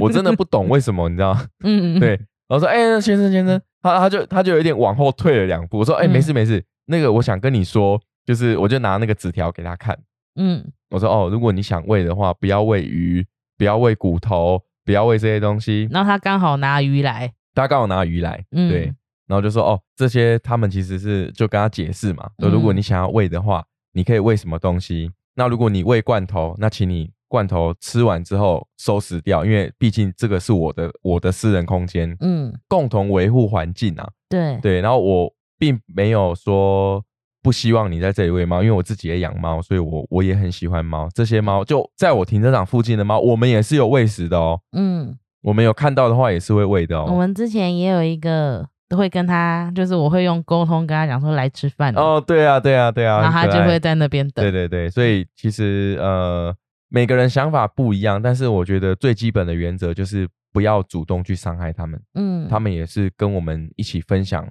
Speaker 1: 我真的不懂为什么，你知道？
Speaker 2: 嗯，嗯，
Speaker 1: 对，然后说，哎、那先生先生，他他就他就有点往后退了两步，我说，哎、没
Speaker 2: 嗯
Speaker 1: 事没事，那个我想跟你说，就是我就拿那个纸条给他看，
Speaker 2: 嗯
Speaker 1: 我说，哦，如果你想喂的话，不要喂鱼，不要喂骨头，不要喂这些东西，
Speaker 2: 然后他刚好拿鱼来，
Speaker 1: 他刚好拿鱼来，
Speaker 2: 嗯
Speaker 1: 对，然后就说，哦，这些他们其实是就跟他解释嘛，说如果
Speaker 2: 嗯
Speaker 1: 你想要喂的话，你可以喂什么东西，那如果你喂罐头，那请你。罐头吃完之后收拾掉，因为毕竟这个是我的我的私人空间，
Speaker 2: 嗯，
Speaker 1: 共同维护环境啊。
Speaker 2: 对，
Speaker 1: 对，然后我并没有说不希望你在这里喂猫，因为我自己也养猫，所以我我也很喜欢猫。这些猫就在我停车场附近的猫，我们也是有喂食的哦。
Speaker 2: 嗯，
Speaker 1: 我们有看到的话，也是会喂的
Speaker 2: 我
Speaker 1: 哦。
Speaker 2: 们之前也有一个会跟他，就是我会用沟通跟他讲说来吃饭，
Speaker 1: 哦，对啊，对啊，对啊，
Speaker 2: 然后他
Speaker 1: 很可
Speaker 2: 就
Speaker 1: 爱
Speaker 2: 会在那边
Speaker 1: 对
Speaker 2: 等，
Speaker 1: 对对，所以其实呃，每个人想法不一样，但是我觉得最基本的原则就是不要主动去伤害他们，
Speaker 2: 嗯，
Speaker 1: 他们也是跟我们一起分享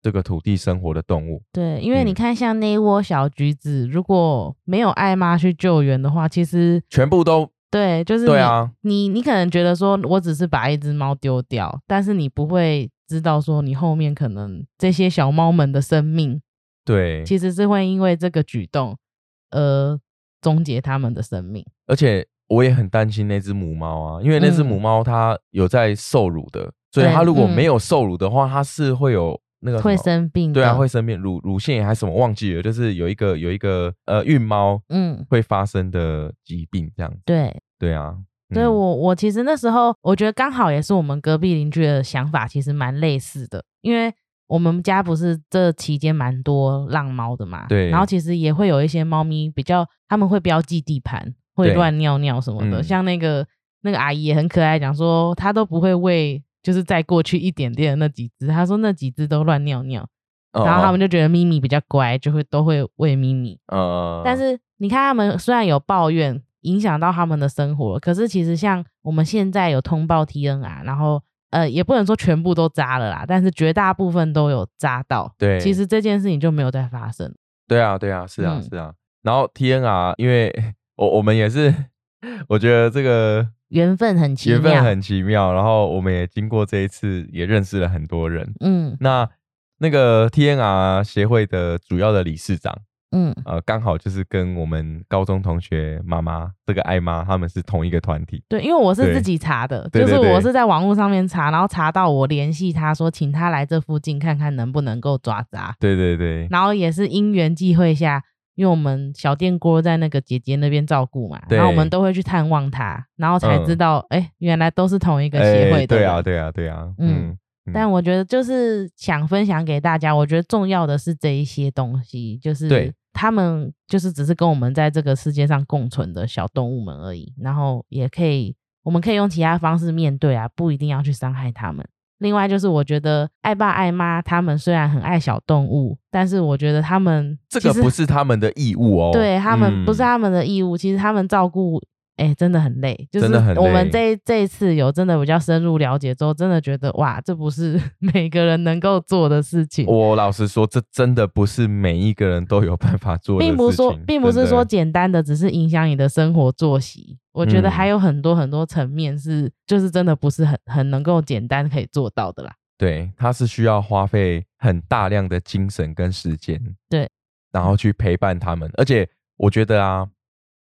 Speaker 1: 这个土地生活的动物。
Speaker 2: 对，因为你
Speaker 1: 嗯
Speaker 2: 看像那一窝小橘子，如果没有艾妈去救援的话，其实
Speaker 1: 全部都
Speaker 2: 对，就是
Speaker 1: 对
Speaker 2: 你
Speaker 1: 啊，
Speaker 2: 你你可能觉得说我只是把一只猫丢掉，但是你不会知道说你后面可能这些小猫们的生命
Speaker 1: 对，
Speaker 2: 其实是会因为这个举动而终结它们的生命。
Speaker 1: 而且我也很担心那只母猫啊，因为那只
Speaker 2: 嗯
Speaker 1: 母猫它有在受乳的，所以
Speaker 2: 对
Speaker 1: 它如果
Speaker 2: 嗯
Speaker 1: 没有受乳的话，它是会有那个什
Speaker 2: 会
Speaker 1: 么
Speaker 2: 生病的，
Speaker 1: 对啊，会生病，乳乳腺炎还是什么忘记了，就是有一个有一个呃孕猫
Speaker 2: 嗯，
Speaker 1: 会发生的疾病这样子。
Speaker 2: 对。
Speaker 1: 对啊，
Speaker 2: 所以
Speaker 1: 嗯
Speaker 2: 我我其实那时候我觉得刚好也是我们隔壁邻居的想法，其实蛮类似的，因为我们家不是这期间蛮多浪猫的嘛，
Speaker 1: 对
Speaker 2: 然后其实也会有一些猫咪比较，他们会标记地盘，会
Speaker 1: 对
Speaker 2: 乱尿尿什么的，
Speaker 1: 嗯
Speaker 2: 像那个那个阿姨也很可爱，讲说她都不会喂，就是再过去一点点的那几只，她说那几只都乱尿尿，
Speaker 1: 哦
Speaker 2: 然后他们
Speaker 1: 哦
Speaker 2: 就觉得咪咪比较乖，就会都会喂咪咪，
Speaker 1: 呃，
Speaker 2: 但是你看，他们虽然有抱怨影响到他们的生活，可是其实像我们现在有通报 TNR，然后呃，也不能说全部都扎了啦，但是绝大部分都有扎到。
Speaker 1: 对，
Speaker 2: 其实这件事情就没有再发生。
Speaker 1: 对啊，对啊，是啊，
Speaker 2: 嗯
Speaker 1: 是啊。然后 TNR，因为我我们也是，我觉得这个
Speaker 2: 缘分很奇
Speaker 1: 缘分
Speaker 2: 妙，
Speaker 1: 很奇妙。然后我们也经过这一次，也认识了很多人。
Speaker 2: 嗯
Speaker 1: 那那个 TNR 协会的主要的理事长，
Speaker 2: 嗯
Speaker 1: 呃，刚好就是跟我们高中同学妈妈这个艾妈，他们是同一个团体。
Speaker 2: 对，因为我是
Speaker 1: 对
Speaker 2: 自己查的，
Speaker 1: 对对
Speaker 2: 就是我
Speaker 1: 对
Speaker 2: 是在网络上面查，然后查到我联系他说，请他来这附近看看能不能够抓扎，
Speaker 1: 对对对，
Speaker 2: 然后也是因缘际会下，因为我们小电锅在那个姐姐那边照顾嘛，
Speaker 1: 对
Speaker 2: 然后我们都会去探望她，然后才知道，哎、原来都是同一个协
Speaker 1: 哎
Speaker 2: 会的
Speaker 1: 对
Speaker 2: 人、
Speaker 1: 啊，对啊，对啊，
Speaker 2: 嗯
Speaker 1: 嗯，
Speaker 2: 但我觉得就是想分享给大家，我觉得重要的是这一些东西，就是
Speaker 1: 对
Speaker 2: 他们就是只是跟我们在这个世界上共存的小动物们而已，然后也可以，我们可以用其他方式面对啊，不一定要去伤害他们。另外就是，我觉得爱爸爱妈他们虽然很爱小动物，但是我觉得他们
Speaker 1: 这
Speaker 2: 其
Speaker 1: 个
Speaker 2: 实
Speaker 1: 不是他们的义务哦。
Speaker 2: 对他们不是
Speaker 1: 嗯
Speaker 2: 他们的义务，其实他们照顾，哎、真的很累。就是
Speaker 1: 真的很累
Speaker 2: 我们这一这一次有真的比较深入了解之后，真的觉得哇，这不是 每个人能够做的事情，
Speaker 1: 我老实说，这真的不是每一个人都有办法做的事情，
Speaker 2: 并不说，并不是
Speaker 1: 真的
Speaker 2: 说简单的只是影响你的生活作息。我觉得
Speaker 1: 嗯
Speaker 2: 还有很多很多层面是，就是真的不是很很能够简单可以做到的啦。
Speaker 1: 对，它是需要花费很大量的精神跟时间，
Speaker 2: 对，
Speaker 1: 然后去陪伴他们。而且我觉得啊，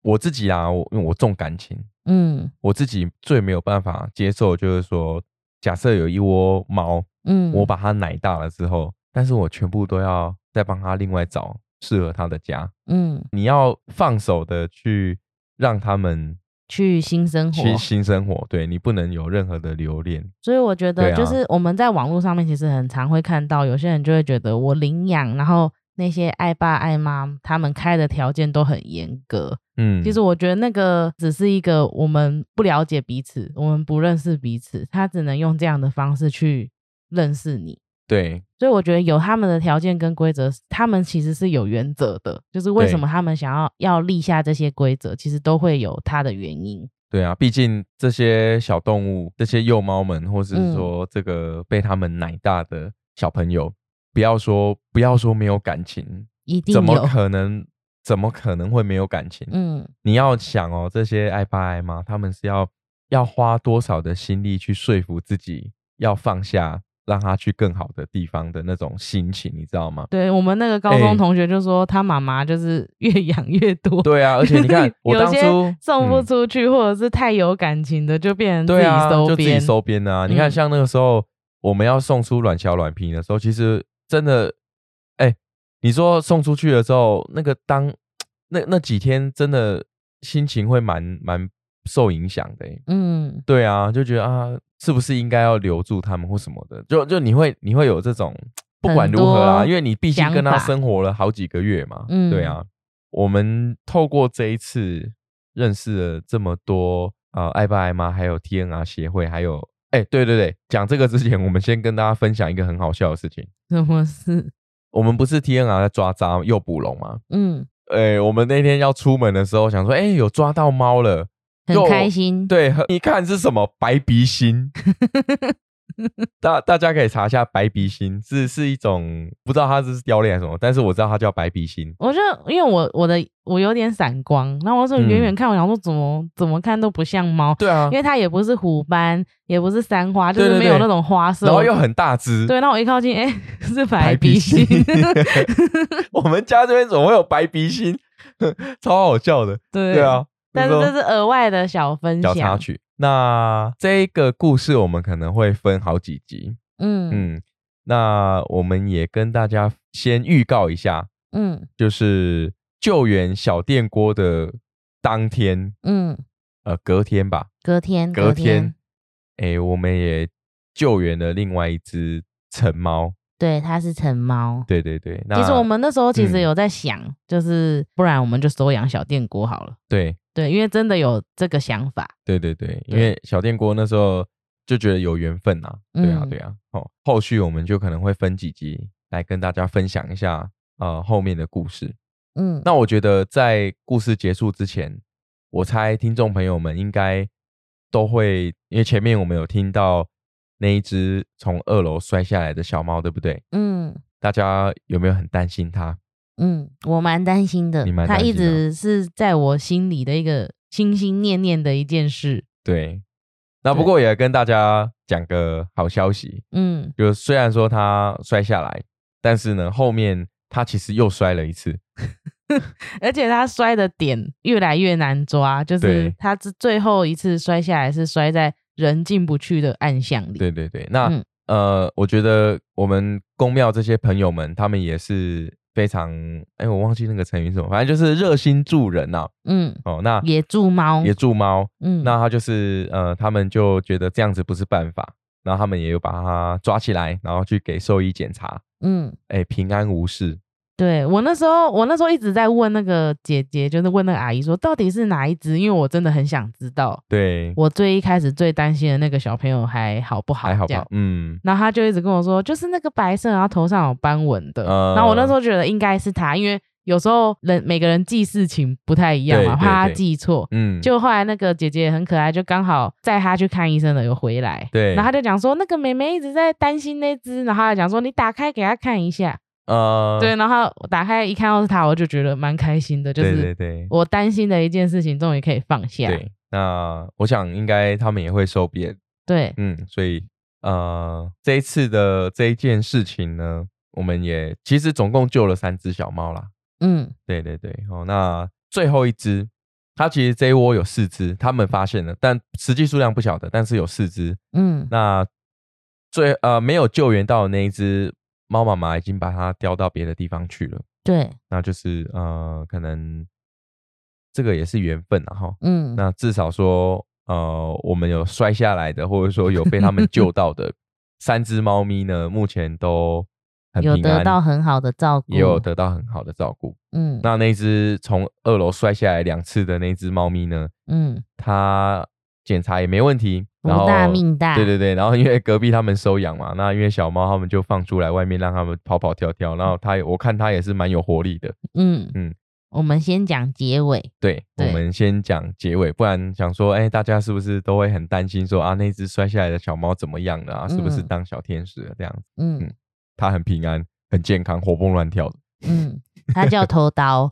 Speaker 1: 我自己啊，我因为我重感情，
Speaker 2: 嗯
Speaker 1: 我自己最没有办法接受就是说，假设有一窝猫，
Speaker 2: 嗯，
Speaker 1: 我把它奶大了之后，但是我全部都要再帮它另外找适合它的家。
Speaker 2: 嗯
Speaker 1: 你要放手的去让他们
Speaker 2: 去新生活，
Speaker 1: 去新生活，对你不能有任何的留恋。
Speaker 2: 所以我觉
Speaker 1: 对
Speaker 2: 得，
Speaker 1: 啊
Speaker 2: 就是我们在网络上面其实很常会看到，有些人就会觉得我领养，然后那些爱爸爱妈他们开的条件都很严格。
Speaker 1: 嗯，
Speaker 2: 其实我觉得那个只是一个我们不了解彼此，我们不认识彼此，他只能用这样的方式去认识你。
Speaker 1: 对
Speaker 2: 所以我觉得有他们的条件跟规则，他们其实是有原则的，就是为
Speaker 1: 对
Speaker 2: 什么他们想要要立下这些规则，其实都会有它的原因。
Speaker 1: 对啊，毕竟这些小动物、这些幼猫们，或是
Speaker 2: 嗯
Speaker 1: 说这个被他们奶大的小朋友，不要说不要说没有感情，
Speaker 2: 一定
Speaker 1: 怎么
Speaker 2: 有，
Speaker 1: 可能？怎么可能会没有感情？
Speaker 2: 嗯，
Speaker 1: 你要想哦，这些爱爸爱妈，他们是要要花多少的心力去说服自己要放下，让他去更好的地方的那种心情，你知道吗？
Speaker 2: 对我们那个高
Speaker 1: 哎
Speaker 2: 中同学就说，他妈妈就是越养越多，
Speaker 1: 对啊，而且你
Speaker 2: ，
Speaker 1: 看
Speaker 2: 有
Speaker 1: 我当
Speaker 2: 些
Speaker 1: 初
Speaker 2: 送不
Speaker 1: 嗯
Speaker 2: 出去，或者是太有感情的，就变成自
Speaker 1: 对啊，就
Speaker 2: 己收
Speaker 1: 自己
Speaker 2: 编。
Speaker 1: 收编啊。你看，
Speaker 2: 嗯
Speaker 1: 像那个时候我们要送出卵小卵皮的时候，其实真的，哎、你说送出去的时候，那个当那那几天真的心情会蛮蛮受影响的、欸。
Speaker 2: 嗯，
Speaker 1: 对啊，就觉得啊，是不是应该要留住他们或什么的？就就你会你会有这种不管如何啊，
Speaker 2: 很多
Speaker 1: 因为你毕竟跟
Speaker 2: 想
Speaker 1: 他
Speaker 2: 法
Speaker 1: 生活了好几个月嘛。
Speaker 2: 嗯
Speaker 1: 对啊，我们透过这一次认识了这么多呃爱爸爱妈，还有 TNR 协会，还有哎、对对对，讲这个之前，我们先跟大家分享一个很好笑的事情。
Speaker 2: 什么事？
Speaker 1: 我们不是 TNR 在抓渣诱捕龙吗？
Speaker 2: 嗯，
Speaker 1: 哎、我们那天要出门的时候，想说，哎、有抓到猫了。
Speaker 2: 很
Speaker 1: 就
Speaker 2: 开心。
Speaker 1: 对，很你看是什么白鼻心？大大家可以查一下白鼻心，是是一种不知道它是凋零还是什么，但是我知道它叫白鼻心。
Speaker 2: 我就因为我我的我有点散光，然后我说
Speaker 1: 嗯
Speaker 2: 远远看，我想说怎么怎么看都不像猫，
Speaker 1: 对啊
Speaker 2: 因，为它也不是虎斑，也不是三花，就
Speaker 1: 对
Speaker 2: 是
Speaker 1: 对
Speaker 2: 没有
Speaker 1: 对
Speaker 2: 那种花色。
Speaker 1: 然后又很大只。
Speaker 2: 对，那我一靠近，哎， 是白
Speaker 1: 白鼻
Speaker 2: 鼻
Speaker 1: 心
Speaker 2: 心。
Speaker 1: 我们家这边怎么会有白鼻心？ 超好笑的。
Speaker 2: 对
Speaker 1: 对，啊，
Speaker 2: 但是
Speaker 1: 那时
Speaker 2: 这
Speaker 1: 候
Speaker 2: 是额外的小分
Speaker 1: 小插
Speaker 2: 享。
Speaker 1: 曲。那这个故事我们可能会分好几集，
Speaker 2: 嗯
Speaker 1: 嗯，那我们也跟大家先预告一下，
Speaker 2: 嗯
Speaker 1: 就是救援小电锅的当天，
Speaker 2: 嗯，
Speaker 1: 呃，隔天吧，
Speaker 2: 隔天
Speaker 1: 隔天，哎、我们也救援了另外一只成猫。
Speaker 2: 对，它是成猫。
Speaker 1: 对对对，那
Speaker 2: 其实我们那时候其实
Speaker 1: 嗯
Speaker 2: 有在想，就是不然我们就收养小电锅好了。
Speaker 1: 对
Speaker 2: 对，因为真的有这个想法。
Speaker 1: 对对对，因
Speaker 2: 对
Speaker 1: 为小电锅那时候就觉得有缘分呐、对啊
Speaker 2: 嗯
Speaker 1: 对啊，哦，后续我们就可能会分几集来跟大家分享一下呃后面的故事。
Speaker 2: 嗯，
Speaker 1: 那我觉得在故事结束之前，我猜听众朋友们应该都会，因为前面我们有听到那一只从二楼摔下来的小猫，对不对？
Speaker 2: 嗯
Speaker 1: 大家有没有很担心它？
Speaker 2: 嗯，我蛮担心的
Speaker 1: 你蛮，
Speaker 2: 它
Speaker 1: 担
Speaker 2: 一
Speaker 1: 心的哦
Speaker 2: 直是在我心里的一个心心念念的一件事。
Speaker 1: 对，那不
Speaker 2: 对
Speaker 1: 过也跟大家讲个好消息，
Speaker 2: 嗯，
Speaker 1: 就是虽然说它摔下来，但是呢，后面它其实又摔了一次。
Speaker 2: 而且它摔的点越来越难抓，就
Speaker 1: 对
Speaker 2: 是它最最后一次摔下来是摔在人进不去的暗巷里。
Speaker 1: 对对对，那、
Speaker 2: 嗯
Speaker 1: 呃，我觉得我们公庙这些朋友们，他们也是非常，哎，我忘记那个成语是什么，反正就是热心助人呐、
Speaker 2: 嗯，
Speaker 1: 哦，那
Speaker 2: 野猪猫，
Speaker 1: 也助猫，
Speaker 2: 嗯，
Speaker 1: 那他就是呃，他们就觉得这样子不是办法，然后他们也有把它抓起来，然后去给兽医检查，
Speaker 2: 嗯，
Speaker 1: 哎，平安无事。
Speaker 2: 对我那时候，我那时候一直在问那个姐姐，就是问那个阿姨说，到底是哪一只？因为我真的很想知道，
Speaker 1: 对，
Speaker 2: 我最一开始最担心的那个小朋友还好不好？
Speaker 1: 还好
Speaker 2: 这样
Speaker 1: 吧，嗯，
Speaker 2: 然后他就一直跟我说，就是那个白色，然后头上有斑纹的。
Speaker 1: 呃
Speaker 2: 然后我那时候觉得应该是他，因为有时候人每个人记事情不太一样
Speaker 1: 对
Speaker 2: 嘛，
Speaker 1: 对
Speaker 2: 怕他
Speaker 1: 对
Speaker 2: 记错。
Speaker 1: 嗯，
Speaker 2: 就后来那个姐姐也很可爱，就刚好载她去看医生的，有回来。
Speaker 1: 对
Speaker 2: 然后她就讲说，那个妹妹一直在担心那只，然后她就讲说，你打开给她看一下。
Speaker 1: 呃，
Speaker 2: 对，然后我打开一看到是她，我就觉得蛮开心的，就
Speaker 1: 对对
Speaker 2: 是
Speaker 1: 对
Speaker 2: 我担心的一件事情终于可以放下。
Speaker 1: 对，那我想应该他们也会收编，
Speaker 2: 对，
Speaker 1: 嗯，所以呃，这一次的这一件事情呢，我们也其实总共救了三只小猫啦。
Speaker 2: 嗯
Speaker 1: 对对对，哦，那最后一只，它其实这一窝有四只，他们发现了，但实际数量不晓得，但是有四只。
Speaker 2: 嗯
Speaker 1: 那最呃没有救援到的那一只猫妈妈已经把它叼到别的地方去了，
Speaker 2: 对，
Speaker 1: 那就是呃可能这个也是缘分啊哈。
Speaker 2: 嗯
Speaker 1: 那至少说，呃，我们有摔下来的，或者说有被他们救到 的三只猫咪呢，目前都很
Speaker 2: 有
Speaker 1: 平
Speaker 2: 得
Speaker 1: 安，
Speaker 2: 到很好的照顾，
Speaker 1: 也有得到很好的照顾。
Speaker 2: 嗯
Speaker 1: 那那只从二楼摔下来两次的那只猫咪呢，
Speaker 2: 嗯，
Speaker 1: 它检查也没问题，
Speaker 2: 福
Speaker 1: 然后
Speaker 2: 大命啊大，
Speaker 1: 对对对，然后因为隔壁他们收养嘛，那因为小猫他们就放出来外面让他们跑跑跳跳，然后它也我看它也是蛮有活力的。
Speaker 2: 嗯
Speaker 1: 嗯
Speaker 2: 嗯，我们先讲结尾，
Speaker 1: 对，我
Speaker 2: 对
Speaker 1: 们先讲结尾，不然想说，哎、大家是不是都会很担心说啊，那只摔下来的小猫怎么样了啊？是不是
Speaker 2: 嗯
Speaker 1: 当小天使了这样子？
Speaker 2: 嗯
Speaker 1: 嗯它很平安，很健康，活蹦乱跳的。
Speaker 2: 嗯，它叫头刀，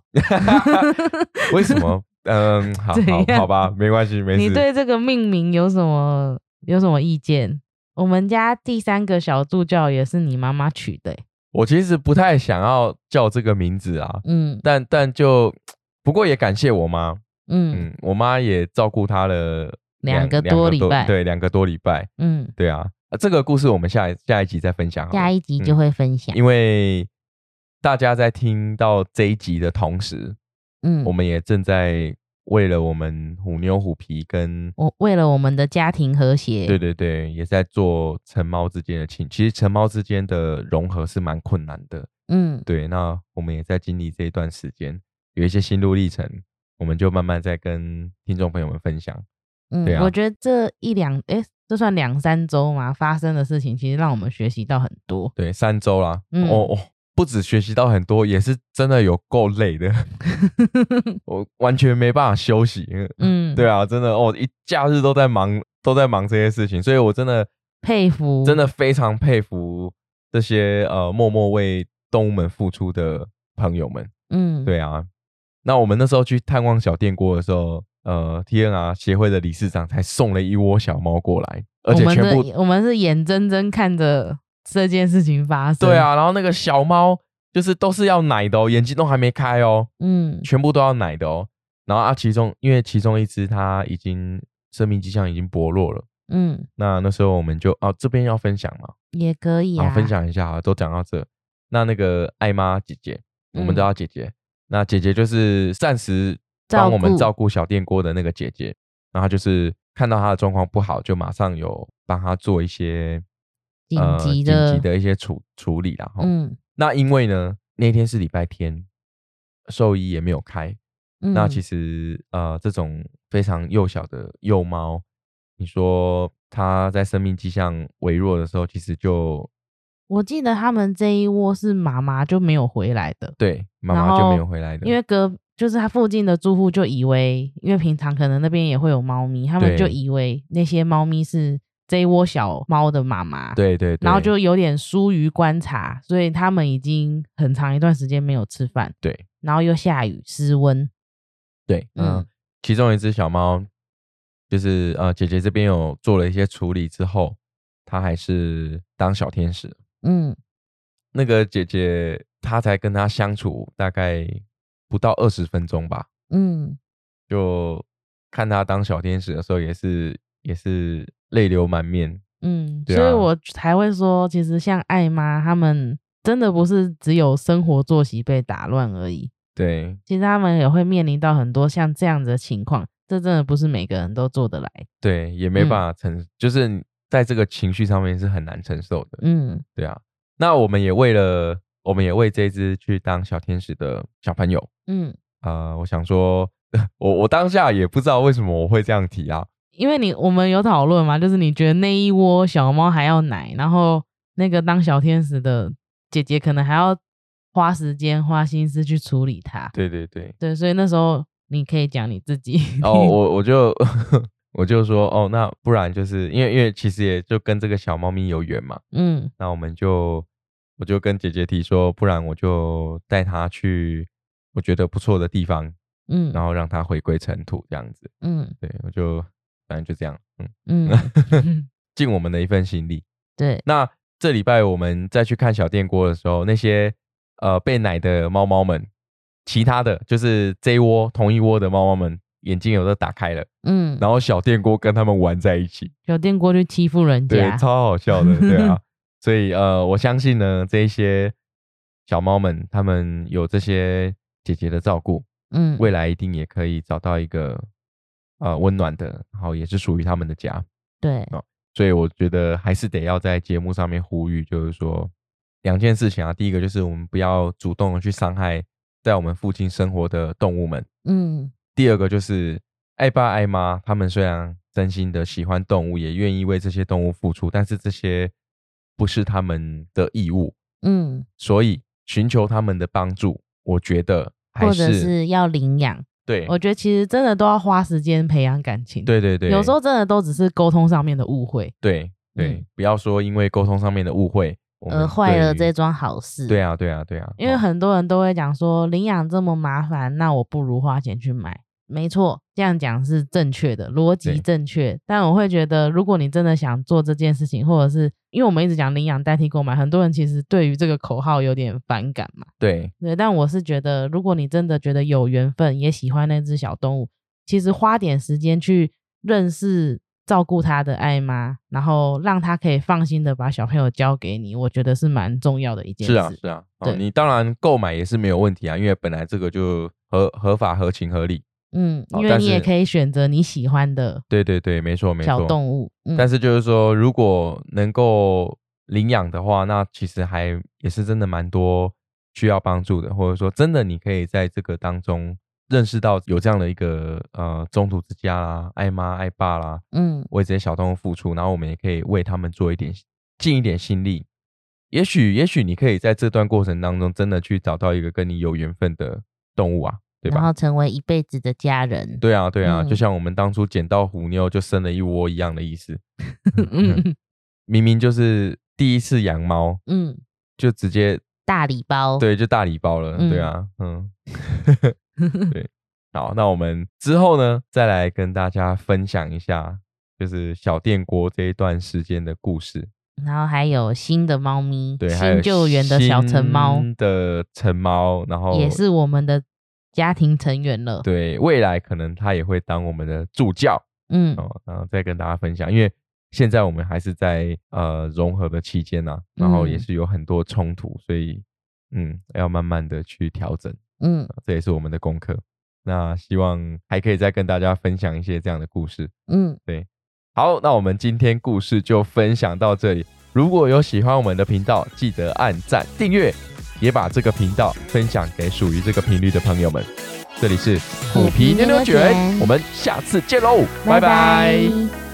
Speaker 1: 为什么？嗯，好
Speaker 2: 怎
Speaker 1: 好
Speaker 2: 样
Speaker 1: 好吧，没关 系，没事。
Speaker 2: 你对这个命名有什么有什么意见？我们家第三个小助教也是你妈妈取的欸、
Speaker 1: 我其实不太想要叫这个名字啊，
Speaker 2: 嗯
Speaker 1: 但但就不过也感谢我妈，
Speaker 2: 嗯
Speaker 1: 嗯，我妈也照顾它了
Speaker 2: 两个多礼拜
Speaker 1: 对，两个多礼拜，
Speaker 2: 嗯，
Speaker 1: 对啊。啊这个故事我们下一下一集再分享好了。
Speaker 2: 下一集就会分享。
Speaker 1: 因为大家在听到这一集的同时，
Speaker 2: 嗯，
Speaker 1: 我们也正在为了我们虎妞虎皮跟
Speaker 2: 我为了我们的家庭和谐，
Speaker 1: 对对对，也在做成猫之间的亲。其实成猫之间的融合是蛮困难的，
Speaker 2: 嗯
Speaker 1: 对。那我们也在经历这一段时间，有一些心路历程，我们就慢慢在跟听众朋友们分享。对
Speaker 2: 嗯，
Speaker 1: 啊
Speaker 2: 我觉得这一两诶，这算两三周嘛发生的事情，其实让我们学习到很多。
Speaker 1: 对，三周啦，
Speaker 2: 嗯
Speaker 1: 哦哦，不止学习到很多，也是真的有够累 的，我完全没办法休息。
Speaker 2: 嗯，
Speaker 1: 对啊，真的哦，一假日都在忙，都在忙这些事情，所以我真的
Speaker 2: 佩服，
Speaker 1: 真的非常佩服这些呃默默为动物们付出的朋友们。
Speaker 2: 嗯，
Speaker 1: 对啊，那我们那时候去探望小电锅的时候，呃，TNR 协会的理事长才送了一窝小猫过来，而且
Speaker 2: 我们
Speaker 1: 全
Speaker 2: 的
Speaker 1: 部
Speaker 2: 我们是眼睁睁看着这件事情发生。
Speaker 1: 对，啊，然后那个小猫就是都是要奶的哦，眼睛都还没开哦，
Speaker 2: 嗯
Speaker 1: 全部都要奶的哦。然后啊，其中因为其中一只它已经生命迹象已经薄弱了。
Speaker 2: 嗯
Speaker 1: 那那时候我们就哦，这边要分享嘛，
Speaker 2: 也可以
Speaker 1: 然
Speaker 2: 啊。
Speaker 1: 后分享一下啊，都讲到这。那那个艾妈姐姐，我们
Speaker 2: 嗯
Speaker 1: 叫她姐姐。那姐姐就是暂时帮我
Speaker 2: 照
Speaker 1: 们
Speaker 2: 顾
Speaker 1: 照顾小电锅的那个姐姐，然后她就是看到她的状况不好，就马上有帮她做一些
Speaker 2: 紧
Speaker 1: 呃
Speaker 2: 急
Speaker 1: 紧
Speaker 2: 的
Speaker 1: 急的一些处处理啦。齁
Speaker 2: 嗯
Speaker 1: 那因为呢，那天是礼拜天，兽医也没有开，
Speaker 2: 嗯，
Speaker 1: 那其
Speaker 2: 实
Speaker 1: 实呃，这种非常幼小的幼猫，你说它在生命迹象微弱的时候，其实就
Speaker 2: 我记得他们这一窝是妈妈就没有回来的，
Speaker 1: 对妈
Speaker 2: 然
Speaker 1: 妈就没有
Speaker 2: 后
Speaker 1: 回来的，
Speaker 2: 因为隔就是他附近的住户就以为，因为平常可能那边也会有猫咪，他们就
Speaker 1: 对
Speaker 2: 以为那些猫咪是这一窝小猫的妈妈，，
Speaker 1: 对对对，
Speaker 2: 然后就有点疏于观察，所以他们已经很长一段时间没有吃饭，
Speaker 1: 对，
Speaker 2: 然后又下雨失温，
Speaker 1: 对，嗯、
Speaker 2: 嗯
Speaker 1: 其中一只小猫就是呃，姐姐这边有做了一些处理之后，它还是当小天使。
Speaker 2: 嗯
Speaker 1: 那个姐姐她才跟它相处大概不到二十分钟吧，
Speaker 2: 嗯，
Speaker 1: 就看他当小天使的时候，也是也是泪流满面。
Speaker 2: 嗯，
Speaker 1: 对
Speaker 2: 所以
Speaker 1: 啊
Speaker 2: 我才会说，其实像艾妈他们真的不是只有生活作息被打乱而已，
Speaker 1: 对
Speaker 2: 其实他们也会面临到很多像这样子的情况，这真的不是每个人都做得来。
Speaker 1: 对，也没
Speaker 2: 嗯
Speaker 1: 办法承，就是你在这个情绪上面是很难承受的。
Speaker 2: 嗯
Speaker 1: 对啊，那我们也为了，我们也为这只去当小天使的小朋友，
Speaker 2: 嗯，
Speaker 1: 呃，我想说， 我我当下也不知道为什么我会这样提啊，
Speaker 2: 因为你我们有讨论嘛，就是你觉得那一窝小猫还要奶，然后那个当小天使的姐姐可能还要花时间花心思去处理它。
Speaker 1: 对对 对，
Speaker 2: 对，所以那时候你可以讲你自己。
Speaker 1: 哦，我我就 我就说，哦，那不然就是因为因为其实也就跟这个小猫咪有缘嘛，
Speaker 2: 嗯
Speaker 1: 那我们就我就跟姐姐提说，不然我就带她去我觉得不错的地方，
Speaker 2: 嗯
Speaker 1: 然后让她回归尘土这样子。
Speaker 2: 嗯
Speaker 1: 对我就反正就这样，嗯，
Speaker 2: 嗯，
Speaker 1: 尽我们的一份心力。
Speaker 2: 对，
Speaker 1: 那这礼拜我们再去看小电锅的时候，那些呃被奶的猫猫们，其他的就是这一窝同一窝的猫猫们。眼睛有的打开了，
Speaker 2: 嗯，
Speaker 1: 然后小电锅跟他们玩在一起，
Speaker 2: 小电锅去欺负人
Speaker 1: 对，
Speaker 2: 家。
Speaker 1: 超好笑的，对啊。所以呃，我相信呢，这一些小猫们，他们有这些姐姐的照顾，
Speaker 2: 嗯，
Speaker 1: 未来一定也可以找到一个呃温暖的，然后也是属于他们的家。
Speaker 2: 对，
Speaker 1: 所以我觉得还是得要在节目上面呼吁，就是说两件事情啊，第一个就是我们不要主动的去伤害在我们附近生活的动物们，
Speaker 2: 嗯
Speaker 1: 第二个就是爱爸爱妈，他们虽然真心的喜欢动物，也愿意为这些动物付出，但是这些不是他们的义务，
Speaker 2: 嗯，
Speaker 1: 所以寻求他们的帮助，我觉得还
Speaker 2: 或者
Speaker 1: 是
Speaker 2: 是要领养。
Speaker 1: 对
Speaker 2: 我觉得其实真的都要花时间培养感情。，
Speaker 1: 对对对，
Speaker 2: 有时候真的都只是沟通上面的误会，
Speaker 1: 对对、
Speaker 2: 嗯
Speaker 1: 不要说因为沟通上面的误会我们
Speaker 2: 而坏了
Speaker 1: 对于
Speaker 2: 这桩好事。
Speaker 1: 对，啊对啊对啊，
Speaker 2: 因为
Speaker 1: 哦
Speaker 2: 很多人都会讲说领养这么麻烦，那我不如花钱去买。没错，这样讲是正确的，逻辑
Speaker 1: 对
Speaker 2: 正确。但我会觉得，如果你真的想做这件事情，或者是因为我们一直讲领养代替购买，很多人其实对于这个口号有点反感嘛。
Speaker 1: 对
Speaker 2: 对，但我是觉得，如果你真的觉得有缘分，也喜欢那只小动物，其实花点时间去认识、照顾它的爱妈，然后让它可以放心的把小朋友交给你，我觉得是蛮重要的一件事。
Speaker 1: 是啊是啊，哦，
Speaker 2: 对
Speaker 1: 你当然购买也是没有问题啊，因为本来这个就合合法合情合理，
Speaker 2: 嗯，
Speaker 1: 哦
Speaker 2: 因为
Speaker 1: 但
Speaker 2: 你也
Speaker 1: 是
Speaker 2: 可以选择你喜欢的
Speaker 1: 对对对，没错没错，
Speaker 2: 小动物。嗯，
Speaker 1: 但是就是说，如果能够领养的话，那其实还也是真的蛮多需要帮助的，或者说真的你可以在这个当中认识到有这样的一个呃中途之家啦、爱妈爱爸啦，
Speaker 2: 嗯
Speaker 1: 为这些小动物付出，然后我们也可以为他们做一点尽一点心力。也许也许你可以在这段过程当中，真的去找到一个跟你有缘分的动物啊，对
Speaker 2: 然
Speaker 1: 吧？
Speaker 2: 后成为一辈子的家人。
Speaker 1: 对啊，对啊，就
Speaker 2: 嗯
Speaker 1: 像我们当初捡到虎妞就生了一窝一样的意思。
Speaker 2: 嗯
Speaker 1: 明明就是第一次养猫，
Speaker 2: 嗯，
Speaker 1: 就直接
Speaker 2: 大礼包。，
Speaker 1: 对，就大礼包了，对
Speaker 2: 哦嗯
Speaker 1: 啊， 嗯，对，好，那我们之后呢，再来跟大家分享一下，就是小电锅这一段时间的故事，
Speaker 2: 然后还有新的猫咪，
Speaker 1: 对，还有
Speaker 2: 新救援的小橙猫，
Speaker 1: 新的橙猫，然后
Speaker 2: 也是我们的家庭成员了。
Speaker 1: 对未来可能它也会当我们的助教哦
Speaker 2: 嗯
Speaker 1: 哦，然后再跟大家分享，因为现在我们还是在呃融合的期间呐、啊然后也
Speaker 2: 嗯
Speaker 1: 是有很多冲突，所以嗯，要慢慢的去调整，
Speaker 2: 嗯
Speaker 1: 这也是我们的功课。那希望还可以再跟大家分享一些这样的故事。
Speaker 2: 嗯，
Speaker 1: 好，那我们今天故事就分享到这里。如果有喜欢我们的频道，记得按赞、订阅，也把这个频道分享给属于这个频率的朋友们。这里是
Speaker 2: 虎皮妞妞卷
Speaker 1: 我们下次见喽，拜拜
Speaker 2: 拜